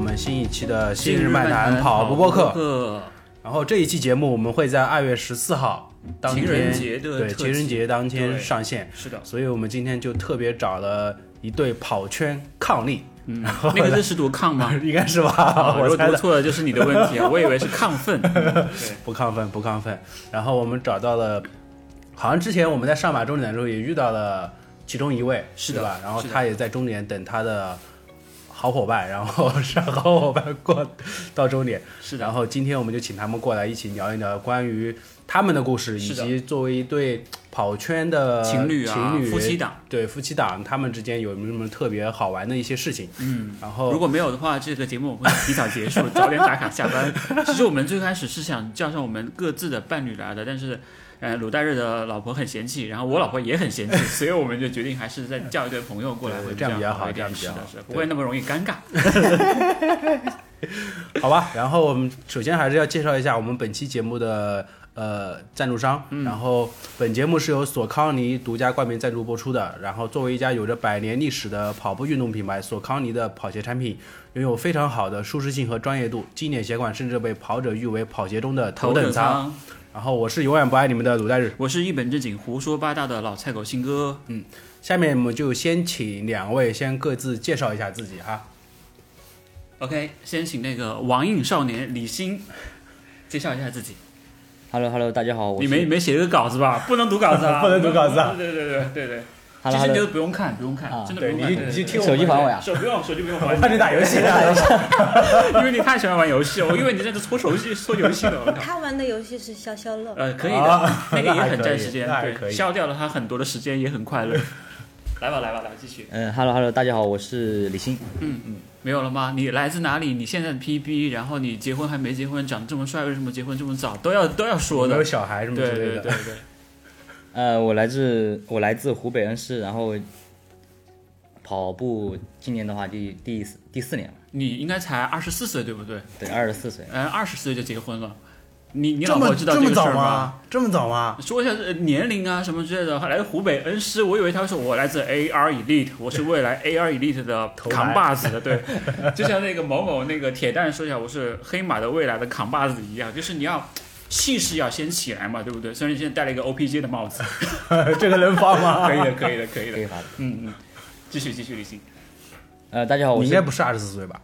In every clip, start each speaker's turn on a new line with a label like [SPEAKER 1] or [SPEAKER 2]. [SPEAKER 1] 们新一期的《
[SPEAKER 2] 今
[SPEAKER 1] 新日漫
[SPEAKER 2] 谈
[SPEAKER 1] 谈跑步播客》。
[SPEAKER 2] 客，
[SPEAKER 1] 然后这一期节目我们会在二月十四号当天，
[SPEAKER 2] 情人节的
[SPEAKER 1] 对
[SPEAKER 2] 特辑
[SPEAKER 1] 情人节当天
[SPEAKER 2] 对
[SPEAKER 1] 上线，
[SPEAKER 2] 是的，
[SPEAKER 1] 所以我们今天就特别找了一对跑圈伉俪，
[SPEAKER 2] 嗯，那个字是读亢吗？
[SPEAKER 1] 应该是吧？
[SPEAKER 2] 啊
[SPEAKER 1] 我
[SPEAKER 2] 如果
[SPEAKER 1] 猜
[SPEAKER 2] 读
[SPEAKER 1] 的。
[SPEAKER 2] 错了就是你的问题，啊我以为是亢奋。对，
[SPEAKER 1] 不亢奋，不亢奋。然后我们找到了，好像之前我们在上马终点的时候也遇到了其中一位，
[SPEAKER 2] 是
[SPEAKER 1] 对
[SPEAKER 2] 的
[SPEAKER 1] 吧？然后
[SPEAKER 2] 是的
[SPEAKER 1] 他也在终点等他的好伙伴，然后让好伙伴过到终点。
[SPEAKER 2] 是
[SPEAKER 1] 然
[SPEAKER 2] 的，
[SPEAKER 1] 后今天我们就请他们过来一起聊一聊关于他们的故事，以
[SPEAKER 2] 是的
[SPEAKER 1] 及作为一对跑圈的
[SPEAKER 2] 情侣啊
[SPEAKER 1] 情侣
[SPEAKER 2] 夫妻档，
[SPEAKER 1] 对夫妻档他们之间有没有什么特别好玩的一些事情？
[SPEAKER 2] 嗯。
[SPEAKER 1] 然后
[SPEAKER 2] 如果没有的话，这个节目我会提早结束，早点打卡下班。 其实我们最开始是想叫上我们各自的伴侣来的，但是，呃，鲁大日的老婆很嫌弃，然后我老婆也很 嫌弃，所以我们就决定还是再叫一对朋友过来
[SPEAKER 1] 对
[SPEAKER 2] 会
[SPEAKER 1] 这样比较好
[SPEAKER 2] 一点
[SPEAKER 1] 这样比较
[SPEAKER 2] 是的
[SPEAKER 1] 好
[SPEAKER 2] 是的，
[SPEAKER 1] 对
[SPEAKER 2] 不会那么容易尴尬。
[SPEAKER 1] 好吧，然后我们首先还是要介绍一下我们本期节目的呃赞助商，然后本节目是由索康尼独家冠名赞助播出的。然后作为一家有着百年历史的跑步运动品牌，索康尼的跑鞋产品拥有非常好的舒适性和专业度，经典鞋款甚至被跑者誉为跑鞋中的头等
[SPEAKER 2] 等
[SPEAKER 1] 舱。
[SPEAKER 2] 舱，
[SPEAKER 1] 然后我是永远不爱你们的鲁代日，
[SPEAKER 2] 我是一本正经胡说八道的老菜狗新哥，
[SPEAKER 1] 下面我们就先请两位先各自介绍一下自己哈。
[SPEAKER 2] OK，先请那个网瘾少年李欣介绍一下自己。
[SPEAKER 3] Hello Hello，大家好，我
[SPEAKER 2] 你
[SPEAKER 3] 是
[SPEAKER 2] 没你没写个稿子吧？不能读稿子 啊！
[SPEAKER 1] 不能读稿子啊
[SPEAKER 2] 对对对对对。
[SPEAKER 3] Hello
[SPEAKER 2] 其实
[SPEAKER 3] Hello，
[SPEAKER 2] 你都不用看，不用看，
[SPEAKER 3] 啊
[SPEAKER 2] 真的不
[SPEAKER 1] 对
[SPEAKER 2] 用看。
[SPEAKER 1] 你
[SPEAKER 2] 对
[SPEAKER 1] 你就听我
[SPEAKER 3] 手机还我呀！
[SPEAKER 2] 手不用，手机不用还
[SPEAKER 1] 我怕你打游戏啊，
[SPEAKER 2] 因为你太喜欢玩游戏了，我以为你在这搓手机、 搓 游戏呢。我靠
[SPEAKER 4] 他玩的游戏是消消乐，
[SPEAKER 2] 呃，可以的
[SPEAKER 1] 啊，
[SPEAKER 2] 那个也
[SPEAKER 1] 那还
[SPEAKER 2] 很
[SPEAKER 1] 可以
[SPEAKER 2] 占时间
[SPEAKER 1] 那还，可
[SPEAKER 2] 对，
[SPEAKER 1] 以
[SPEAKER 2] 消掉了他很多的时间，也很快乐。来吧，来吧，来吧，继续。
[SPEAKER 3] 嗯，Hello Hello，大家好，我是李欣。
[SPEAKER 2] 没有了吗？你来自哪里？你现在的 PB，然后你结婚还没结婚，长得这么帅，为什么结婚这么早？都要都要说
[SPEAKER 1] 有没有
[SPEAKER 2] 的。
[SPEAKER 1] 小孩什么
[SPEAKER 2] 对
[SPEAKER 1] 之
[SPEAKER 2] 对
[SPEAKER 1] 类
[SPEAKER 2] 对
[SPEAKER 1] 的。
[SPEAKER 2] 对。
[SPEAKER 3] 呃，我来自我来自湖北恩施，然后跑步今年的话第第四第四年了，
[SPEAKER 2] 你应该才二十四岁，对不对？
[SPEAKER 3] 对，二十四岁。
[SPEAKER 2] 嗯，二十岁就结婚了。你你
[SPEAKER 1] 这
[SPEAKER 2] 老婆
[SPEAKER 1] 么
[SPEAKER 2] 知道
[SPEAKER 1] 这
[SPEAKER 2] 这
[SPEAKER 1] 么
[SPEAKER 2] 个事
[SPEAKER 1] 早
[SPEAKER 2] 儿吗？？
[SPEAKER 1] 这么早 吗？
[SPEAKER 2] 说一下呃年龄啊什么之类的。后来湖北恩施，我以为他会说我来自 AR Elite，我是未 来 AR Elite 的
[SPEAKER 1] 头牌
[SPEAKER 2] 扛把子的，对，就像那个某某那个铁蛋说一下我是黑马的未来的扛把子一样，就是你要气势要先起来嘛，对不对？虽然你现在戴了一个 OPJ 的 帽子，
[SPEAKER 1] 这个能放 吗？
[SPEAKER 2] 可以的，可以的，可以
[SPEAKER 3] 可
[SPEAKER 2] 的
[SPEAKER 3] 以，发的。
[SPEAKER 2] 嗯嗯，继续继续，李欣。
[SPEAKER 3] 呃，大家好，我
[SPEAKER 1] 你应该
[SPEAKER 3] 是
[SPEAKER 1] 不是二十四岁吧？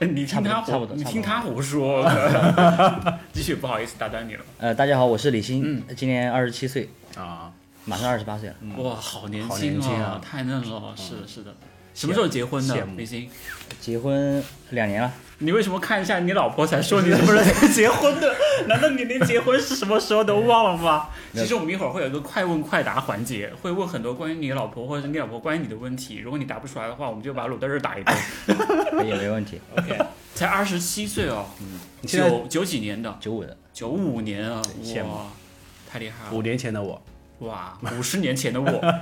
[SPEAKER 2] 哎你
[SPEAKER 3] 差
[SPEAKER 2] 听
[SPEAKER 3] 不多
[SPEAKER 2] 他
[SPEAKER 3] 差不
[SPEAKER 2] 胡，
[SPEAKER 3] 多
[SPEAKER 2] 你
[SPEAKER 3] 差不
[SPEAKER 2] 听
[SPEAKER 3] 多
[SPEAKER 2] 他胡说， 继续，不好意思打断你了。
[SPEAKER 3] 呃，大家好，我是李欣，
[SPEAKER 2] 嗯
[SPEAKER 3] 今年二十七岁，
[SPEAKER 1] 啊，
[SPEAKER 3] 马上二十八岁了。
[SPEAKER 2] 哇，好年
[SPEAKER 1] 好
[SPEAKER 2] 轻
[SPEAKER 1] 年
[SPEAKER 2] 哦
[SPEAKER 1] 轻啊
[SPEAKER 2] 太嫩了，是的，是的。什么时候结婚的
[SPEAKER 1] 羡？慕
[SPEAKER 2] 李欣，
[SPEAKER 3] 结婚两年了，
[SPEAKER 2] 你为什么看一下你老婆 才说你什么时候结婚的？ 难道你连结婚是什么时候都忘了吗？
[SPEAKER 1] 嗯
[SPEAKER 3] 没
[SPEAKER 2] 其
[SPEAKER 3] 有
[SPEAKER 2] 实我们一会儿会有一个快问快答环节，会问很多关于你老婆或者是你老婆关于你的问题。如果你答不出来的话，我们就把鲁德日打 一顿。
[SPEAKER 3] 可以没问题。
[SPEAKER 2] OK，才二十七岁哦，
[SPEAKER 1] 你嗯现在
[SPEAKER 2] 九九几年的，
[SPEAKER 3] 九五的，
[SPEAKER 2] 九五年啊
[SPEAKER 1] 对羡，慕
[SPEAKER 2] 哇，太厉害了
[SPEAKER 1] 五！年前的我，
[SPEAKER 2] 哇，五十年前的我。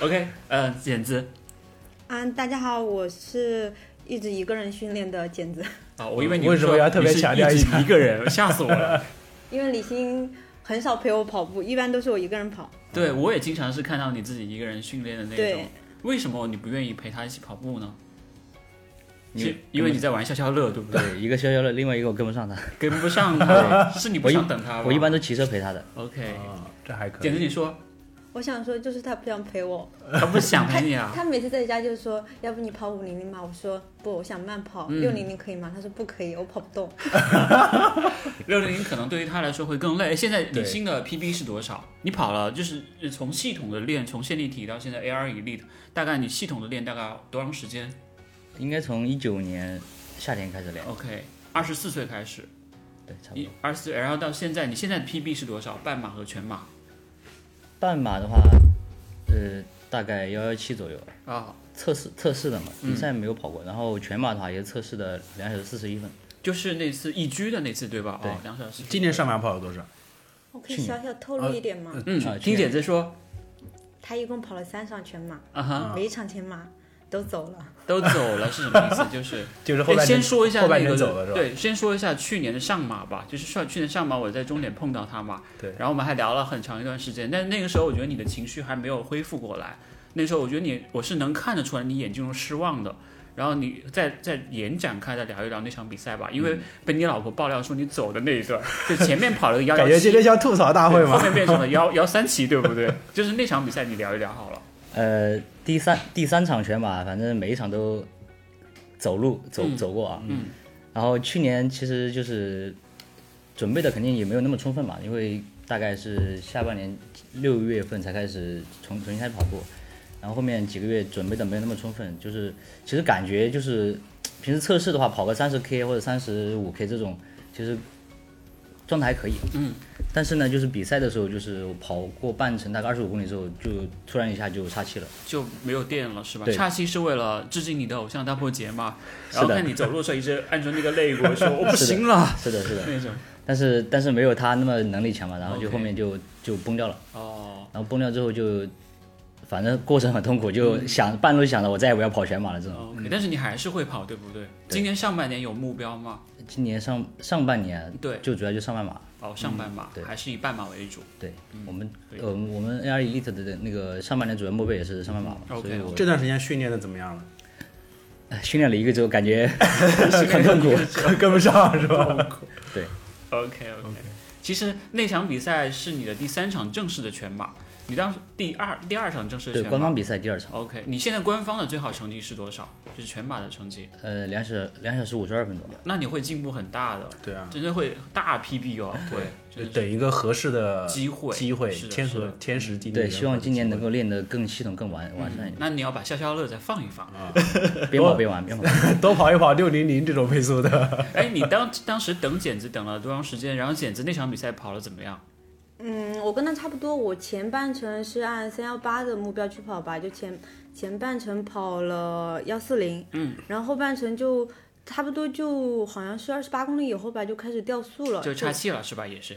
[SPEAKER 2] OK，呃，简子
[SPEAKER 4] 啊，大家好，我是一直一个人训练的剪子，
[SPEAKER 2] 啊，我以为你
[SPEAKER 1] 为什么
[SPEAKER 2] 说
[SPEAKER 1] 要特别
[SPEAKER 2] 你是
[SPEAKER 1] 强调一
[SPEAKER 2] 直
[SPEAKER 1] 下
[SPEAKER 2] 一个人，吓死 我了。
[SPEAKER 4] 因为李欣很少陪我跑步，一般都是我一个人跑。
[SPEAKER 2] 对，我也经常是看到你自己一个人训练的那种
[SPEAKER 4] 对。
[SPEAKER 2] 为什么你不愿意陪他一起跑步呢？
[SPEAKER 3] 因
[SPEAKER 2] 是
[SPEAKER 3] 为
[SPEAKER 2] 因为你在玩消消乐，对不对？
[SPEAKER 3] 对一个消消乐，另外一个我跟不上他，
[SPEAKER 2] 跟不上 他，是你不想等他吧
[SPEAKER 3] 我一般都骑车陪他的。
[SPEAKER 2] OK。
[SPEAKER 1] 啊，这还可
[SPEAKER 2] 哎简直
[SPEAKER 1] 以。
[SPEAKER 2] 你说
[SPEAKER 4] 我想说，就是他不想陪我，
[SPEAKER 2] 他不想陪你啊？
[SPEAKER 4] 他每次在家就说，要不你跑五零零吧，我说不，我想慢跑，
[SPEAKER 2] 嗯
[SPEAKER 4] 六零零可以吗？他说不可以，我跑不动。
[SPEAKER 2] 六零零可能对于他来说会更累。哎现在
[SPEAKER 1] 对
[SPEAKER 2] 李欣的 PB 是多少？你跑了就是呃从系统的练，从线粒体到现在 AR Elite，大概你系统的练大概多长时间
[SPEAKER 3] 应该从一九年夏天开始练，
[SPEAKER 2] ？OK，二十四岁开始，
[SPEAKER 3] 对，差不多
[SPEAKER 2] 一。二十四，然后到现在，你现在的 PB 是多少？半马和全马
[SPEAKER 3] 半马的话，呃，大概幺幺七左右，
[SPEAKER 2] 啊？
[SPEAKER 3] 测试测试的嘛，
[SPEAKER 2] 嗯
[SPEAKER 3] 比赛没有跑过。然后全马的话也是测试的两小时四十一分，
[SPEAKER 2] 就是那次一居的那次对吧？
[SPEAKER 3] 对
[SPEAKER 2] 哦，两小时。
[SPEAKER 1] 今年上马跑了多少？
[SPEAKER 4] 我可以小小透露一点吗？
[SPEAKER 3] 啊
[SPEAKER 2] 嗯，听简子说
[SPEAKER 4] 他一共跑了三场全马，
[SPEAKER 2] 啊哈，
[SPEAKER 4] 每一场全马都走了。
[SPEAKER 2] 都走了是什么意思？就是
[SPEAKER 1] 就是后半
[SPEAKER 2] 哎
[SPEAKER 1] 程
[SPEAKER 2] 先说一下
[SPEAKER 1] 后半
[SPEAKER 2] 那个
[SPEAKER 1] 程走了是吧？
[SPEAKER 2] 对，先说一下去年的上马吧，就是上去年上马，我在终点碰到他嘛，
[SPEAKER 1] 对
[SPEAKER 2] 然后我们还聊了很长一段时间，但是那个时候我觉得你的情绪还没有恢复过来，那时候我觉得你我是能看得出来你眼睛中失望的，然后你再再延展开来聊一聊那场比赛吧，
[SPEAKER 1] 嗯
[SPEAKER 2] 因为被你老婆爆料说你走的那一段，就前面跑了个幺 幺
[SPEAKER 1] 感觉今
[SPEAKER 2] 七，
[SPEAKER 1] 天像吐槽大会
[SPEAKER 2] 对后
[SPEAKER 1] 嘛。
[SPEAKER 2] 面变成了幺幺三七，对不对？就是那场比赛你聊一聊好了。
[SPEAKER 3] 呃，第三第三场全马，反正每一场都走路走、
[SPEAKER 2] 嗯
[SPEAKER 3] 走过啊。
[SPEAKER 2] 嗯。
[SPEAKER 3] 然后去年其实就是准备的肯定也没有那么充分嘛，因为大概是下半年六月份才开始重重新开始跑步，然后后面几个月准备的没有那么充分，就是其实感觉就是平时测试的话，跑个三十 K 或者三十五 K 这种，其实状态还可以。
[SPEAKER 2] 嗯。
[SPEAKER 3] 但是呢，就是比赛的时候，就是我跑过半程大概二十五公里之后，就突然一下就岔气了。
[SPEAKER 2] 就没有电了是吧？
[SPEAKER 3] 对
[SPEAKER 2] 岔气是为了致敬你的偶像大破节嘛？
[SPEAKER 3] 是的
[SPEAKER 2] 然后看你走路的时候一直按住那个肋骨，说我 不行了
[SPEAKER 3] 是的，是的。
[SPEAKER 2] 那 种。
[SPEAKER 3] 但是但是没有他那么能力强嘛，然后就
[SPEAKER 2] 嗯 OK
[SPEAKER 3] 后面就就崩掉了，
[SPEAKER 2] 哦，
[SPEAKER 3] 然后崩掉之后就，反正过程很痛苦，
[SPEAKER 2] 嗯
[SPEAKER 3] 就想半路想着我再也不要跑全马了这种。
[SPEAKER 2] o k 哦但是你还是会跑，对不对？今年上半年有目标吗？
[SPEAKER 3] 今年上上半年啊
[SPEAKER 2] 对，
[SPEAKER 3] 就主要就上半马，
[SPEAKER 2] 哦，上半马、
[SPEAKER 3] 嗯对
[SPEAKER 2] 还是以半马为主。
[SPEAKER 3] 对我们
[SPEAKER 2] 嗯对
[SPEAKER 3] 呃我们 AR Elite 的那个上半年主要目标也是上半马嘛，
[SPEAKER 2] 嗯
[SPEAKER 3] 所以
[SPEAKER 2] OK，
[SPEAKER 3] 我
[SPEAKER 1] 这段时间训练的怎么样了？
[SPEAKER 3] 哎训练了一个周，感觉很痛苦。
[SPEAKER 1] 跟 不上是 吧？
[SPEAKER 2] OK OK，, 其实那场比赛是你的第三场正式的全马，你当时第二第二场正式的
[SPEAKER 3] 对，
[SPEAKER 2] 全马。
[SPEAKER 3] 官方比赛第二场，
[SPEAKER 2] OK，你现在官方的最好成绩是多少？就是全马的成绩，
[SPEAKER 3] 呃，两小两小时五十二分钟，
[SPEAKER 2] 那你会进步很大的，
[SPEAKER 1] 对啊，
[SPEAKER 2] 真的会大 PB 哦，会，
[SPEAKER 1] 就
[SPEAKER 2] 真的是
[SPEAKER 1] 等一个合适的
[SPEAKER 2] 机会
[SPEAKER 1] 机会，
[SPEAKER 2] 是的
[SPEAKER 1] 天
[SPEAKER 2] 是的
[SPEAKER 1] 和天时地利
[SPEAKER 3] 对，
[SPEAKER 1] 人
[SPEAKER 3] 希
[SPEAKER 1] 和
[SPEAKER 3] 望
[SPEAKER 1] 的
[SPEAKER 3] 今年
[SPEAKER 1] 机
[SPEAKER 3] 能
[SPEAKER 1] 会
[SPEAKER 3] 够练得更系统、更完完善一
[SPEAKER 2] 嗯那你要把消消乐再放一放。啊嗯
[SPEAKER 3] 点，边跑边玩，边跑。
[SPEAKER 1] 多跑一跑六零零这种配速的。
[SPEAKER 2] 哎，你当当时等剪子等了多长时间？然后剪子那场比赛跑了怎么样？
[SPEAKER 4] 嗯，我跟他差不多，我前半程是按三幺八的目标去跑吧，就前前半程跑了幺四零，嗯，然后后半程就差不多就好像是二十八公里以后吧，就开始掉速了，
[SPEAKER 2] 就岔气了是吧？也是，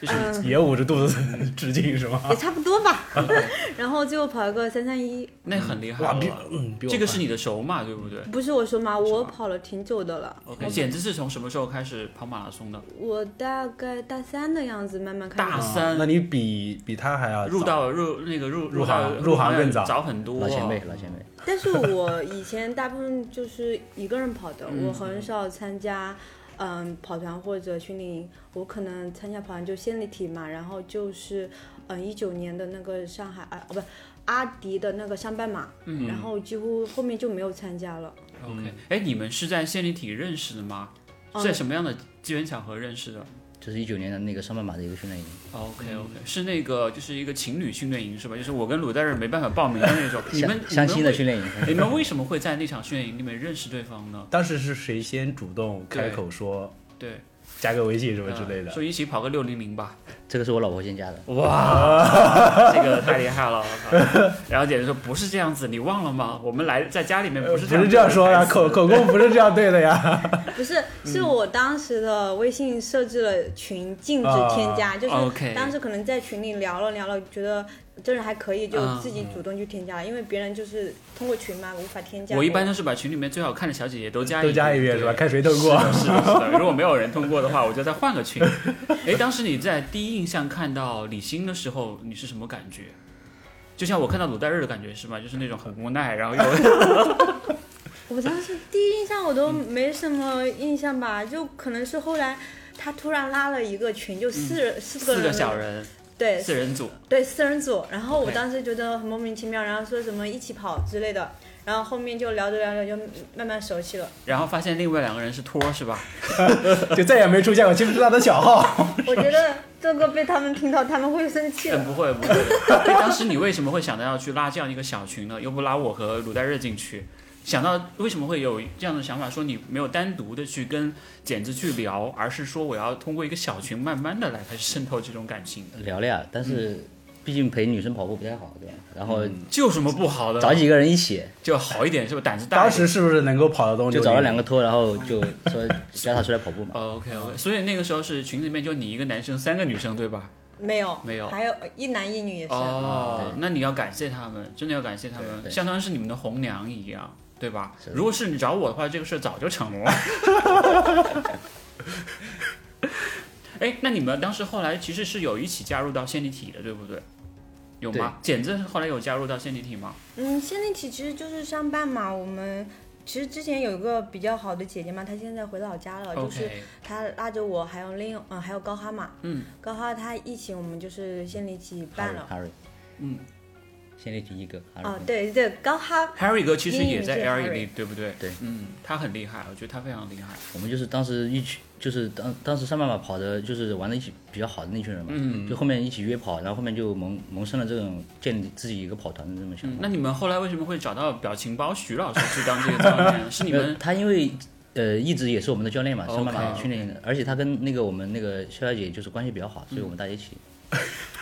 [SPEAKER 2] 就是
[SPEAKER 3] 嗯
[SPEAKER 1] 也捂着肚子致敬是吗？
[SPEAKER 3] 哎
[SPEAKER 4] 也差不多吧， 然后就跑了个三三一，
[SPEAKER 2] 那很厉害
[SPEAKER 1] 哇，比
[SPEAKER 2] 了。
[SPEAKER 1] 嗯，比我
[SPEAKER 2] 这个
[SPEAKER 1] 快
[SPEAKER 2] 是你的首马对不对
[SPEAKER 3] 嗯
[SPEAKER 4] 不是我说嘛，我跑了挺久的了，
[SPEAKER 2] ？OK，剪子是从什么时候开始跑马拉松的？
[SPEAKER 4] 我大概大三的样子慢慢开始
[SPEAKER 2] 大
[SPEAKER 4] 跑，
[SPEAKER 2] 三
[SPEAKER 1] 那你比比他还要
[SPEAKER 2] 入
[SPEAKER 1] 早
[SPEAKER 2] 到入那个入
[SPEAKER 1] 入
[SPEAKER 2] 到
[SPEAKER 1] 行入行更早
[SPEAKER 2] 早很多。
[SPEAKER 3] 老前辈，老前辈，
[SPEAKER 4] 但是我以前大部分就是一个人跑的，
[SPEAKER 2] 嗯
[SPEAKER 4] 我很少参加，嗯，跑团或者训练营。我可能参加跑团就县立体嘛，然后就是，嗯，一九年的那个上海啊，哦不，阿迪的那个上半马，
[SPEAKER 2] 嗯
[SPEAKER 4] 然后几乎后面就没有参加了。
[SPEAKER 3] 嗯
[SPEAKER 2] OK，哎，你们是在县立体认识的吗？是在什么样的机缘巧合认识的
[SPEAKER 3] 就是一九年的那个上半马的一个训练营。
[SPEAKER 2] ？OK
[SPEAKER 3] 嗯
[SPEAKER 2] OK，是那个就是一个情侣训练营是吧？就是我跟鲁代尔没办法报名的那种。你们
[SPEAKER 3] 相相亲的训
[SPEAKER 2] 练，
[SPEAKER 3] 练 营，
[SPEAKER 2] 你们为什么会在那场训练营里面认识对方呢？
[SPEAKER 1] 当时是谁先主动开口说
[SPEAKER 2] 对，呃
[SPEAKER 1] 加个微信什么之类的？
[SPEAKER 2] 说一起跑个六零零吧。
[SPEAKER 3] 这个是我老婆先加的。
[SPEAKER 2] 哇， 这个太厉害了！我靠然后姐姐说不是这样子，你忘了吗？我们来在家里面
[SPEAKER 1] 呃
[SPEAKER 2] 嗯不
[SPEAKER 1] 不
[SPEAKER 2] 是
[SPEAKER 1] 是这样说呀，
[SPEAKER 2] 的
[SPEAKER 1] 口口供不是这样对的呀。
[SPEAKER 4] 不是，
[SPEAKER 2] 嗯
[SPEAKER 4] 是我当时的微信设置了群禁止添加，
[SPEAKER 2] 啊
[SPEAKER 4] 就是
[SPEAKER 2] OK
[SPEAKER 4] 当时可能在群里聊了聊了，觉得这人还可以，就
[SPEAKER 2] 啊
[SPEAKER 4] 自己主动去添加了，因为别人就是通过群嘛无法添加。
[SPEAKER 2] 我一般都是把群里面最好看的小姐姐都加
[SPEAKER 1] 都加一遍是吧？
[SPEAKER 2] 对
[SPEAKER 1] 看谁通过。
[SPEAKER 2] 哎是的，是的。 如果没有人通过的话，我就再换个群。哎，当时你在第一印象看到李欣的时候，你是什么感觉？就像我看到鲁代日的感觉是吗？就是那种很无奈，然后又
[SPEAKER 4] 我当时第一印象我都没什么印象吧，就可能是后来他突然拉了一个群，就四人、四个
[SPEAKER 2] 嗯四
[SPEAKER 4] 人，
[SPEAKER 2] 个小人，
[SPEAKER 4] 对
[SPEAKER 2] 四人组。
[SPEAKER 4] 对四人组，然后我
[SPEAKER 2] OK
[SPEAKER 4] 当时觉得很莫名其妙，然后说什么一起跑之类的，然后后面就聊着聊着就慢慢熟 悉了。
[SPEAKER 2] 然后发现另外两个人是托儿 是吧？
[SPEAKER 1] 就再也没出现过，其实是他的小 号。
[SPEAKER 4] 我觉得这个被他们听到他们会生气
[SPEAKER 2] 嗯，
[SPEAKER 4] 的。
[SPEAKER 2] 不会 不会。哎当时你为什么会想到要去拉这样一个小群呢？又不拉我和鲁代热进去？想到为什么会有这样的想法？说你没有单独的去跟简子去聊，而是说我要通过一个小群，慢慢的来开始渗透这种感情，
[SPEAKER 3] 聊了呀，但是毕竟陪女生跑步不太好，对吧？然后
[SPEAKER 2] 这有什么不好
[SPEAKER 3] 找
[SPEAKER 2] 的？
[SPEAKER 3] 几个人一起，
[SPEAKER 2] 就好一点是吧？胆子大
[SPEAKER 1] 当
[SPEAKER 2] 一点。
[SPEAKER 1] 时是不是能够跑得
[SPEAKER 2] 哦
[SPEAKER 1] 动？
[SPEAKER 3] 就找了两个。托，然后就说叫他出来 跑步嘛。
[SPEAKER 2] OK OK，所以哦那个时候是群里面就你一个男生，三个女生对吧？
[SPEAKER 4] 没有
[SPEAKER 2] 没有
[SPEAKER 4] 还有一男一女也是。
[SPEAKER 2] 哦，那你要感谢他们，真的要感谢他们，
[SPEAKER 3] 对对
[SPEAKER 2] 相当于是你们的红娘一样，对吧？如果是你找我的话，这个事儿早就成了。 哎，那你们当时后来其实是有一起加入到县立体的，对不对？有吗？简子后来有加入到县立体吗？
[SPEAKER 4] 嗯，县立体其实就是上半马，我们其实之前有一个比较好的姐姐嘛，她现在回老家了，啊就是
[SPEAKER 2] OK，
[SPEAKER 4] 她拉着我，还有另嗯还有高哈嘛，
[SPEAKER 2] 嗯，
[SPEAKER 4] 高哈她一起我们就是县里一起办了，
[SPEAKER 3] Harry，
[SPEAKER 2] 嗯，
[SPEAKER 3] 先列第一个
[SPEAKER 4] 啊
[SPEAKER 3] Harry，
[SPEAKER 4] 对对，高哈
[SPEAKER 2] Harry 哥其实
[SPEAKER 4] 英语
[SPEAKER 2] 也在
[SPEAKER 4] 是
[SPEAKER 2] Airy
[SPEAKER 4] Harry
[SPEAKER 2] 里，对不对？
[SPEAKER 3] 对，
[SPEAKER 2] 嗯，他很厉害，我觉得他非常厉害。
[SPEAKER 3] 我们就是当时一群，就是当当时上半马跑的，就是玩的一起比较好的那群人嘛，
[SPEAKER 2] 嗯
[SPEAKER 3] 就后面一起约跑，然后后面就萌萌生了这种建立自己一个跑团的这么想
[SPEAKER 2] 嗯
[SPEAKER 3] 法。
[SPEAKER 2] 那你们后来为什么会找到表情包徐老师去当这个教练？是你
[SPEAKER 3] 没有
[SPEAKER 2] 们哦
[SPEAKER 3] 他因为呃一直也是我们的教练嘛，
[SPEAKER 2] OK，
[SPEAKER 3] 上半马
[SPEAKER 2] OK
[SPEAKER 3] 训练的，而且他跟那个我们那个肖小姐就是关系比较
[SPEAKER 2] 嗯
[SPEAKER 3] 好，所以我们大家一起。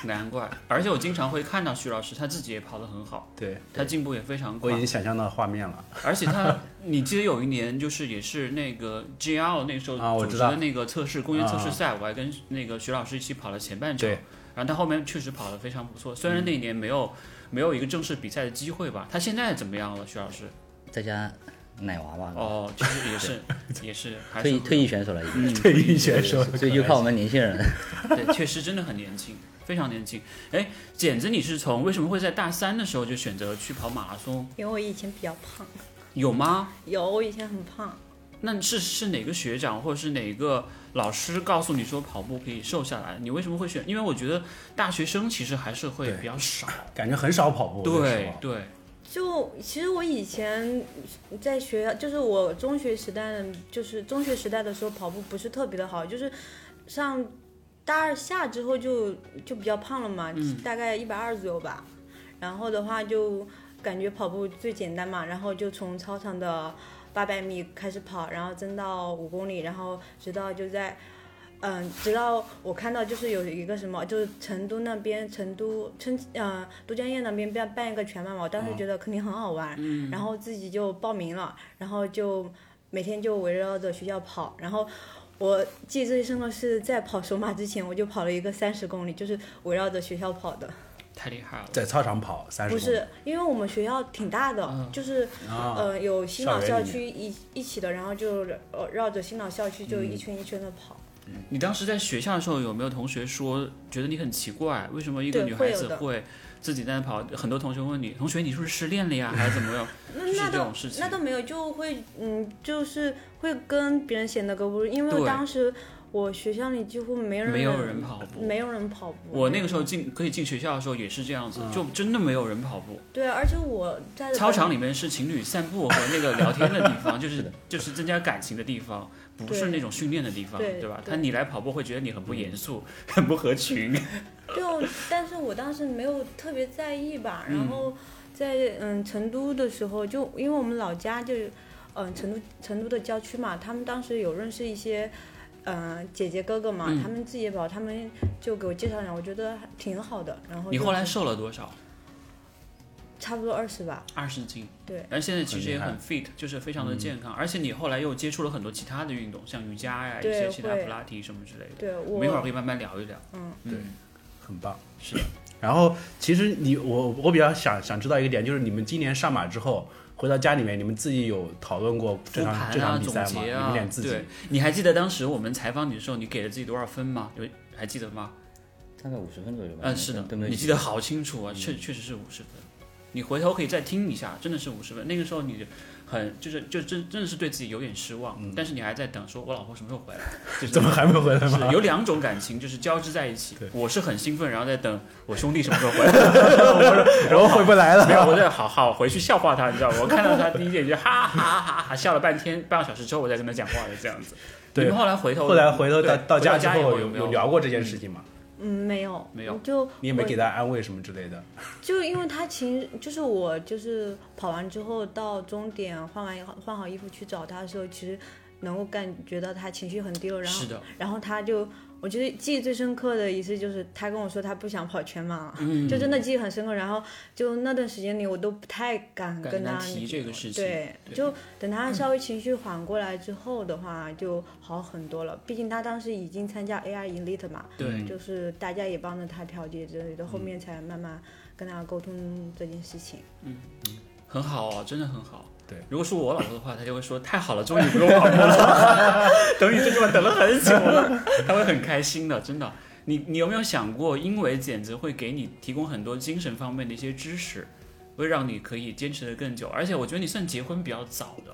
[SPEAKER 2] 难怪，而且我经常会看到徐老师，他自己也跑得很好，
[SPEAKER 1] 对，
[SPEAKER 2] 他进步也非常
[SPEAKER 1] 我
[SPEAKER 2] 快
[SPEAKER 1] 已。经想象到画面了。
[SPEAKER 2] 而且他， 你记得有一年就是也是那个 GL 那时
[SPEAKER 1] 啊
[SPEAKER 2] 候
[SPEAKER 1] 我
[SPEAKER 2] 组织
[SPEAKER 1] 知道
[SPEAKER 2] 的那个测试公园测
[SPEAKER 1] 啊
[SPEAKER 2] 试赛，我还跟那个徐老师一起跑了前半程
[SPEAKER 1] 对，嗯
[SPEAKER 2] 然后他后面确实跑得非常不错，虽然那一年没有没有一个正式比赛的机会吧。他现在怎么样了，徐老师？
[SPEAKER 3] 再加奶娃娃，
[SPEAKER 2] 哦，其实也是 也是还是
[SPEAKER 3] 退
[SPEAKER 2] 会嗯
[SPEAKER 3] 退役选手了已经，
[SPEAKER 1] 啊退役选手，
[SPEAKER 3] 所以就靠我们年轻人。
[SPEAKER 2] 对，确实真的很年轻，非常年轻。哎，简子，你是从为什么会在大三的时候就选择去跑马拉松？
[SPEAKER 4] 因为我以前比较胖，
[SPEAKER 2] 有吗？
[SPEAKER 4] 有我以前很胖，
[SPEAKER 2] 那是是哪个学长或者是哪个老师告诉你说跑步可以瘦下来？你为什么会选？因为我觉得大学生其实还是会
[SPEAKER 1] 对
[SPEAKER 2] 比 较少。
[SPEAKER 1] 感觉很少跑步。
[SPEAKER 2] 对对，
[SPEAKER 4] 就其实我以前在学，就是我中学时代，就是中学时代的时候跑步不是特别的好，就是上大二下之后就就比较胖了嘛，大概一百二左右吧。然后的话就感觉跑步最简单嘛，然后就从操场的八百米开始跑，然后增到五公里，然后直到就在。嗯，直到我看到就是有一个什么，就是成都那边，成都春呃都江堰那边办办一个全马嘛，我当时觉得肯定很好玩，
[SPEAKER 1] 嗯
[SPEAKER 4] 然后自己就报名了，然后就每天就围绕着学校跑，然后我记忆最深的是在跑首马之前，我就跑了一个三十公里，就是围绕着学校跑的，
[SPEAKER 2] 太厉害了。
[SPEAKER 1] 在操场跑三十。
[SPEAKER 4] 不是因为我们学校挺大的，就是
[SPEAKER 1] 啊，
[SPEAKER 4] 呃有新老
[SPEAKER 1] 校
[SPEAKER 4] 校
[SPEAKER 1] 园里
[SPEAKER 4] 区一一起的，然后就呃绕着新老校区
[SPEAKER 1] 嗯
[SPEAKER 4] 就一圈一圈的跑。
[SPEAKER 2] 你当时在学校的时候有没有同学说觉得你很奇怪？为什么一个
[SPEAKER 4] 对
[SPEAKER 2] 女孩子
[SPEAKER 4] 会有的
[SPEAKER 2] 会自己在那跑？很多同学问你，同学你是不是失恋了呀，还是怎 么样？
[SPEAKER 4] 那
[SPEAKER 2] 是
[SPEAKER 4] 那
[SPEAKER 2] 这
[SPEAKER 4] 倒
[SPEAKER 2] 种事情
[SPEAKER 4] 那倒没有，就会嗯，就是会跟别人显得格不入，因
[SPEAKER 2] 对
[SPEAKER 4] 为当时我学校里几乎没人
[SPEAKER 2] 没有人跑步。
[SPEAKER 4] 没有人跑步。
[SPEAKER 2] 我那个时候进可以进学校的时候也是这样
[SPEAKER 1] 嗯
[SPEAKER 2] 子，就真的没有人跑步。
[SPEAKER 4] 对，而且我在
[SPEAKER 2] 操场里面是情侣散步和那个聊天的地方， 就是就是增加感情的地方，不是
[SPEAKER 4] 对
[SPEAKER 2] 那种训练的地方，
[SPEAKER 4] 对
[SPEAKER 2] 对嗯吧？
[SPEAKER 4] 对
[SPEAKER 2] 他你来跑步会觉得你很不严肃，很不合群。
[SPEAKER 4] 就，但是我当时没有特别在意吧。然后在嗯成都的时候，就因为我们老家就是嗯成都成都的郊区嘛，他们当时有认识一些。嗯，姐姐哥哥嘛，
[SPEAKER 2] 嗯
[SPEAKER 4] 他们自己也跑，他们就给我介绍一下，我觉得还挺好的。然后
[SPEAKER 2] 你
[SPEAKER 4] 就
[SPEAKER 2] 后来
[SPEAKER 4] 是
[SPEAKER 2] 瘦了多少？
[SPEAKER 4] 差不多二十吧，
[SPEAKER 2] 二十斤。
[SPEAKER 4] 对，
[SPEAKER 2] 但现在其实也
[SPEAKER 1] 很
[SPEAKER 2] 很 fit，就是非常的健康，而且你后来又接触了很多其他的运动，像瑜伽呀、一
[SPEAKER 4] 对
[SPEAKER 2] 些其他
[SPEAKER 4] 会
[SPEAKER 2] 普拉提什么之类的。
[SPEAKER 4] 对
[SPEAKER 2] 我
[SPEAKER 4] 我
[SPEAKER 2] 们一会儿可以慢慢聊一聊。
[SPEAKER 1] 很棒。
[SPEAKER 2] 是的，
[SPEAKER 1] 然后其实你我我比较想想知道一个点，就是你们今年上马之后回到家里面，你们自己有讨论过这
[SPEAKER 2] 复
[SPEAKER 1] 场、
[SPEAKER 2] 盘
[SPEAKER 1] 这
[SPEAKER 2] 啊，
[SPEAKER 1] 场比
[SPEAKER 2] 总
[SPEAKER 1] 赛吗？
[SPEAKER 2] 结
[SPEAKER 1] 你们
[SPEAKER 2] 啊
[SPEAKER 1] 俩，自己
[SPEAKER 2] 对，你还记得当时我们采访你的时候，你给了自己多少分吗？有还记得吗？
[SPEAKER 3] 大概五十分左右吧。
[SPEAKER 2] 嗯，是的，
[SPEAKER 3] 对不对？
[SPEAKER 2] 你记得好清楚啊，
[SPEAKER 1] 嗯
[SPEAKER 2] 确确实是五十分。你回头可以再听一下，真的是五十分。那个时候你很就是就真真的是对自己有点失望，但是你还在等，说我老婆什么时候回来？就 是
[SPEAKER 1] 嗯怎么还没有回来
[SPEAKER 2] 是
[SPEAKER 1] 吗？
[SPEAKER 2] 有两种感情就是交织在一起
[SPEAKER 1] 对。
[SPEAKER 2] 我是很兴奋，然后在等我兄弟什么时候回来。
[SPEAKER 1] 然后回不来了。
[SPEAKER 2] 没有，我在好好回去笑话他，你知道吗？我看到他第一眼就哈哈哈哈笑了半天，半个小时之后我再跟他讲话的这样子。
[SPEAKER 1] 对
[SPEAKER 2] 你们后来回 头，
[SPEAKER 1] 后来回头到
[SPEAKER 2] 对
[SPEAKER 1] 到
[SPEAKER 2] 回家
[SPEAKER 1] 之
[SPEAKER 2] 以
[SPEAKER 1] 后
[SPEAKER 2] 有没
[SPEAKER 1] 有聊过这件事情吗？
[SPEAKER 4] 嗯，没有，
[SPEAKER 2] 没有
[SPEAKER 4] 就
[SPEAKER 1] 你也没
[SPEAKER 4] 我
[SPEAKER 1] 给他安慰什么之类的。
[SPEAKER 4] 就因为他情，就是我就是跑完之后到终点换完换好衣服去找他的时候，其实能够感觉到他情绪很低落，然后
[SPEAKER 2] 是的，
[SPEAKER 4] 然后他就。我觉得记忆最深刻的一次就是他跟我说他不想跑全马了，
[SPEAKER 2] 嗯
[SPEAKER 4] 就真的记忆很深刻。然后就那段时间里，我都不太敢
[SPEAKER 2] 敢
[SPEAKER 4] 跟
[SPEAKER 2] 跟他
[SPEAKER 4] 他
[SPEAKER 2] 提这个事情
[SPEAKER 4] 对，
[SPEAKER 2] 对
[SPEAKER 4] 就等他稍微情绪缓过来之后的话，就好很多了。毕竟他当时已经参加 AI Elite 嘛，
[SPEAKER 1] 嗯
[SPEAKER 2] 对。
[SPEAKER 4] 就是大家也帮着他调节之类的，
[SPEAKER 2] 嗯
[SPEAKER 4] 后面才慢慢跟他沟通这件事情。
[SPEAKER 2] 很好啊，真的很好。
[SPEAKER 1] 对，
[SPEAKER 2] 如果是我老婆的话，她就会说太好了，终于不用跑步了， 等你这句话等了很久了，她会很开心的，真的。你你有没有想过，因为简直会给你提供很多精神方面的一些知识，会让你可以坚持的更久，而且我觉得你算结婚比较早的，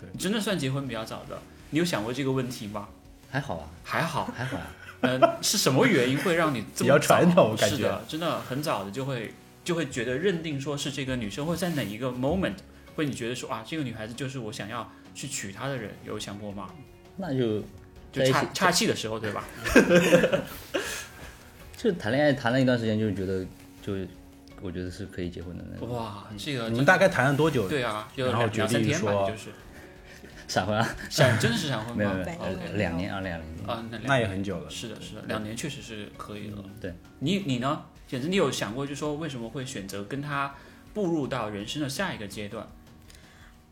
[SPEAKER 1] 对
[SPEAKER 2] 你真的算结婚比较早的。你有想过这个问题吗？
[SPEAKER 3] 还好啊，
[SPEAKER 2] 还好，
[SPEAKER 3] 还好啊。
[SPEAKER 2] 呃，是什么原因会让你这
[SPEAKER 1] 比较
[SPEAKER 2] 么早
[SPEAKER 1] 传统我感
[SPEAKER 2] 是
[SPEAKER 1] 觉
[SPEAKER 2] 的，真的很早的就会就会觉得认定说是这个女生，或者在哪一个 moment，会你觉得说啊，这个女孩子就是我想要去娶她的人，有想过吗？
[SPEAKER 3] 那就
[SPEAKER 2] 就
[SPEAKER 3] 在一
[SPEAKER 2] 岔
[SPEAKER 3] 起
[SPEAKER 2] 岔气的时候，对吧？
[SPEAKER 3] 就谈恋爱谈了一段时间，就觉得就我觉得是可以结婚的那种，
[SPEAKER 2] 哇，这个
[SPEAKER 1] 你们大概谈了多久？
[SPEAKER 2] 对啊，就
[SPEAKER 1] 然后
[SPEAKER 2] 两
[SPEAKER 1] 决
[SPEAKER 2] 两三
[SPEAKER 1] 定
[SPEAKER 2] 天吧，
[SPEAKER 1] 说
[SPEAKER 2] 就是
[SPEAKER 3] 闪婚啊？
[SPEAKER 2] 闪，真的 是闪婚
[SPEAKER 3] 没有
[SPEAKER 2] 吗
[SPEAKER 3] 没有，
[SPEAKER 4] 哦
[SPEAKER 3] 呃两年啊两 年。
[SPEAKER 2] 啊，那两
[SPEAKER 1] 那也
[SPEAKER 2] 年
[SPEAKER 1] 很久了。
[SPEAKER 2] 是的，是的，两年确实是可以
[SPEAKER 1] 嗯
[SPEAKER 2] 了。
[SPEAKER 3] 对，
[SPEAKER 2] 你你呢？简直你有想过，就说为什么会选择跟他步入到人生的下一个阶段？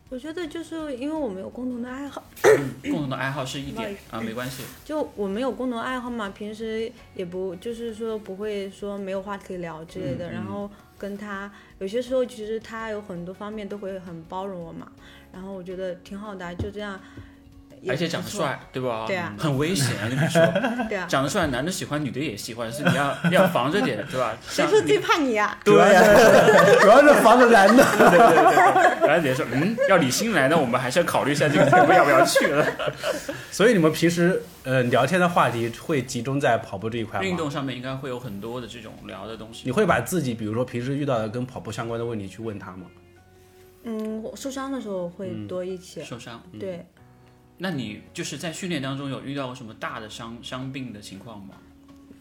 [SPEAKER 4] 我觉得就是因为我们有共同的爱好，
[SPEAKER 2] 共同的爱好是一
[SPEAKER 4] 不好意
[SPEAKER 2] 点啊，没关系，
[SPEAKER 4] 就我们有共同爱好嘛，平时也不就是说不会说没有话题聊之类
[SPEAKER 2] 嗯
[SPEAKER 4] 的，然后跟他有些时候其实他有很多方面都会很包容我嘛，然后我觉得挺好的啊，就这样，也
[SPEAKER 2] 而且长得
[SPEAKER 4] 不错，
[SPEAKER 2] 帅，对吧？
[SPEAKER 4] 对啊
[SPEAKER 2] 很危险，跟你说，
[SPEAKER 4] 对啊，
[SPEAKER 2] 长得帅，男的喜欢，女的也喜欢，是你要你要防着点，对 吧？
[SPEAKER 4] 谁
[SPEAKER 2] 像
[SPEAKER 4] 说
[SPEAKER 2] 你
[SPEAKER 4] 自己怕你呀、
[SPEAKER 1] 主要是主要是防着男的。
[SPEAKER 2] 然后别说，嗯，要李欣来呢，我们还是要考虑一下这个节目要不要去了。
[SPEAKER 1] 所以你们平时呃聊天的话题会集中在跑步这一块吗？
[SPEAKER 2] 运动上面应该会有很多的这种聊的东西。
[SPEAKER 1] 你会把自己比如说平时遇到的跟跑步相关的问题去问他吗？
[SPEAKER 4] 嗯，我受伤的时候会多一起，
[SPEAKER 2] 嗯受伤？
[SPEAKER 4] 对，
[SPEAKER 2] 那你就是在训练当中有遇到过什么大的伤伤病的情况吗？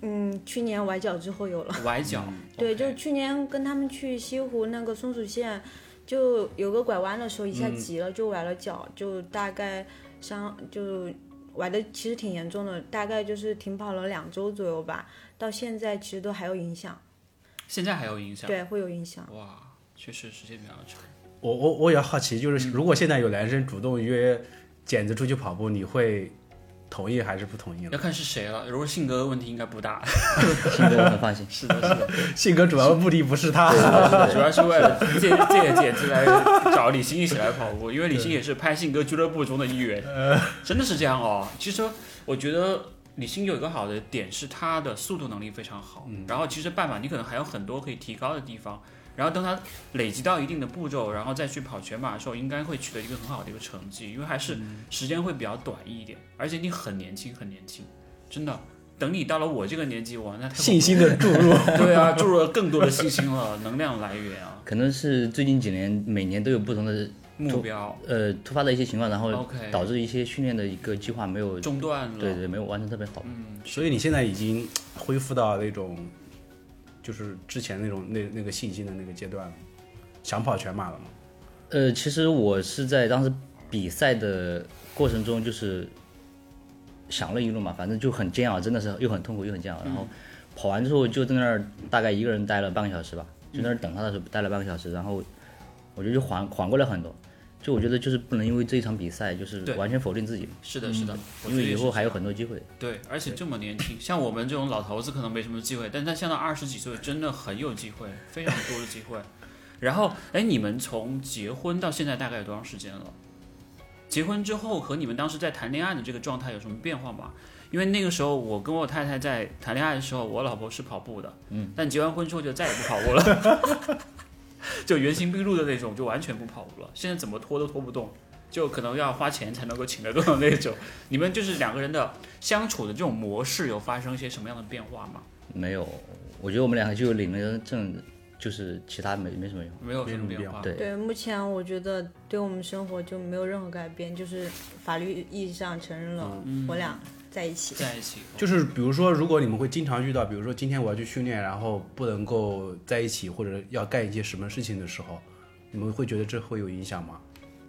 [SPEAKER 4] 嗯，去年崴脚之后有了。
[SPEAKER 2] 崴脚，
[SPEAKER 4] 对，
[SPEAKER 2] OK
[SPEAKER 4] 就去年跟他们去西湖那个松鼠县，就有个拐弯的时候一下急了，就崴了脚，就大概伤就崴的其实挺严重的，大概就是停跑了两周左右吧，到现在其实都还有影响，
[SPEAKER 2] 现在还有影响。
[SPEAKER 4] 对，会有影响。
[SPEAKER 2] 哇，确实时间比较长。
[SPEAKER 1] 我我我也好奇，
[SPEAKER 2] 嗯
[SPEAKER 1] 就是如果现在有男生主动约剪子出去跑步，你会同意还是不同意呢？
[SPEAKER 2] 要看是谁了，如果性格问题应该不大。
[SPEAKER 3] 性格我很放心，
[SPEAKER 2] 是的，是
[SPEAKER 1] 性格主要目的不是他，
[SPEAKER 2] 的，主要是为了借借姐子来找李欣一起来跑步，因为李欣也是拍信鸽俱乐部中的一员，
[SPEAKER 1] 呃
[SPEAKER 2] 真的是这样哦。其实我觉得李欣有一个好的点是她的速度能力非常好，
[SPEAKER 1] 嗯
[SPEAKER 2] 然后其实半马你可能还有很多可以提高的地方。然后等她累积到一定的步骤，然后再去跑全马的时候，应该会取得一个很好的一个成绩，因为还是
[SPEAKER 1] 嗯
[SPEAKER 2] 时间会比较短一点，而且你很年轻，很年轻，真的。等你到了我这个年纪，哇，那太恐怖了
[SPEAKER 1] 信心的注 入。
[SPEAKER 2] 对啊，注入了更多的信心了，能量来源啊，
[SPEAKER 3] 可能是最近几年每年都有不同的
[SPEAKER 2] 目标
[SPEAKER 3] 呃突发的一些情况，然后
[SPEAKER 2] OK
[SPEAKER 3] 导致一些训练的一个计划没有
[SPEAKER 2] 哎中断了。嗯
[SPEAKER 3] 对对没有完成特别好。
[SPEAKER 1] 所以你现在已经恢复到那种，就是之前那种那那个信心的那个阶段了，想跑全马了吗？
[SPEAKER 3] 呃，其实我是在当时比赛的过程中，就是想了一路嘛，反正就很煎熬，真的是又很痛苦又很煎熬。然
[SPEAKER 2] 嗯
[SPEAKER 3] 后跑完之后就在那儿大概一个人待了半个小时吧，
[SPEAKER 2] 嗯
[SPEAKER 3] 就在那儿等他的时候待了半个小时，然后我觉得就缓缓过来很多。就我觉得就是不能因为这一场比赛就是
[SPEAKER 2] 对
[SPEAKER 3] 完全否定自己，
[SPEAKER 2] 是的，是的，我
[SPEAKER 3] 嗯因
[SPEAKER 2] 觉
[SPEAKER 3] 为
[SPEAKER 2] 得
[SPEAKER 3] 以
[SPEAKER 2] 也是
[SPEAKER 3] 后还有
[SPEAKER 2] 这样
[SPEAKER 3] 很多机会。
[SPEAKER 2] 对，而且这么年 轻，像我们这种老头子可能没什么机会，但他像到二十几岁，真的很有机会，非常多的机 会。然后，哎，你们从结婚到现在大概有多长时间了？结婚之后和你们当时在谈恋爱的这个状态有什么变化吗？因为那个时候我跟我太太在谈恋爱的时候，我老婆是跑步的，嗯，但结完婚之后就再也不跑步了， 就原形毕露的那种，就完全不跑步了。现在怎么拖都拖不动，就可能要花钱才能够请得动的那种。你们就是两个人的相处的这种模式有发生一些什么样的变化吗？
[SPEAKER 3] 没有，我觉得我们两个就领了证，就是其他没没什么用。
[SPEAKER 2] 没有
[SPEAKER 1] 没
[SPEAKER 2] 什么
[SPEAKER 1] 什么
[SPEAKER 2] 变
[SPEAKER 1] 变
[SPEAKER 2] 化。
[SPEAKER 1] 化
[SPEAKER 3] 对
[SPEAKER 4] 对，目前我觉得对我们生活就没有任何改变，就是法律意义上承认了我俩在一起。
[SPEAKER 2] 在一起
[SPEAKER 1] 就是比如说，如果你们会经常遇到，比如说今天我要去训练，然后不能够在一起，或者要干一些什么事情的时候，你们会觉得这会有影响吗？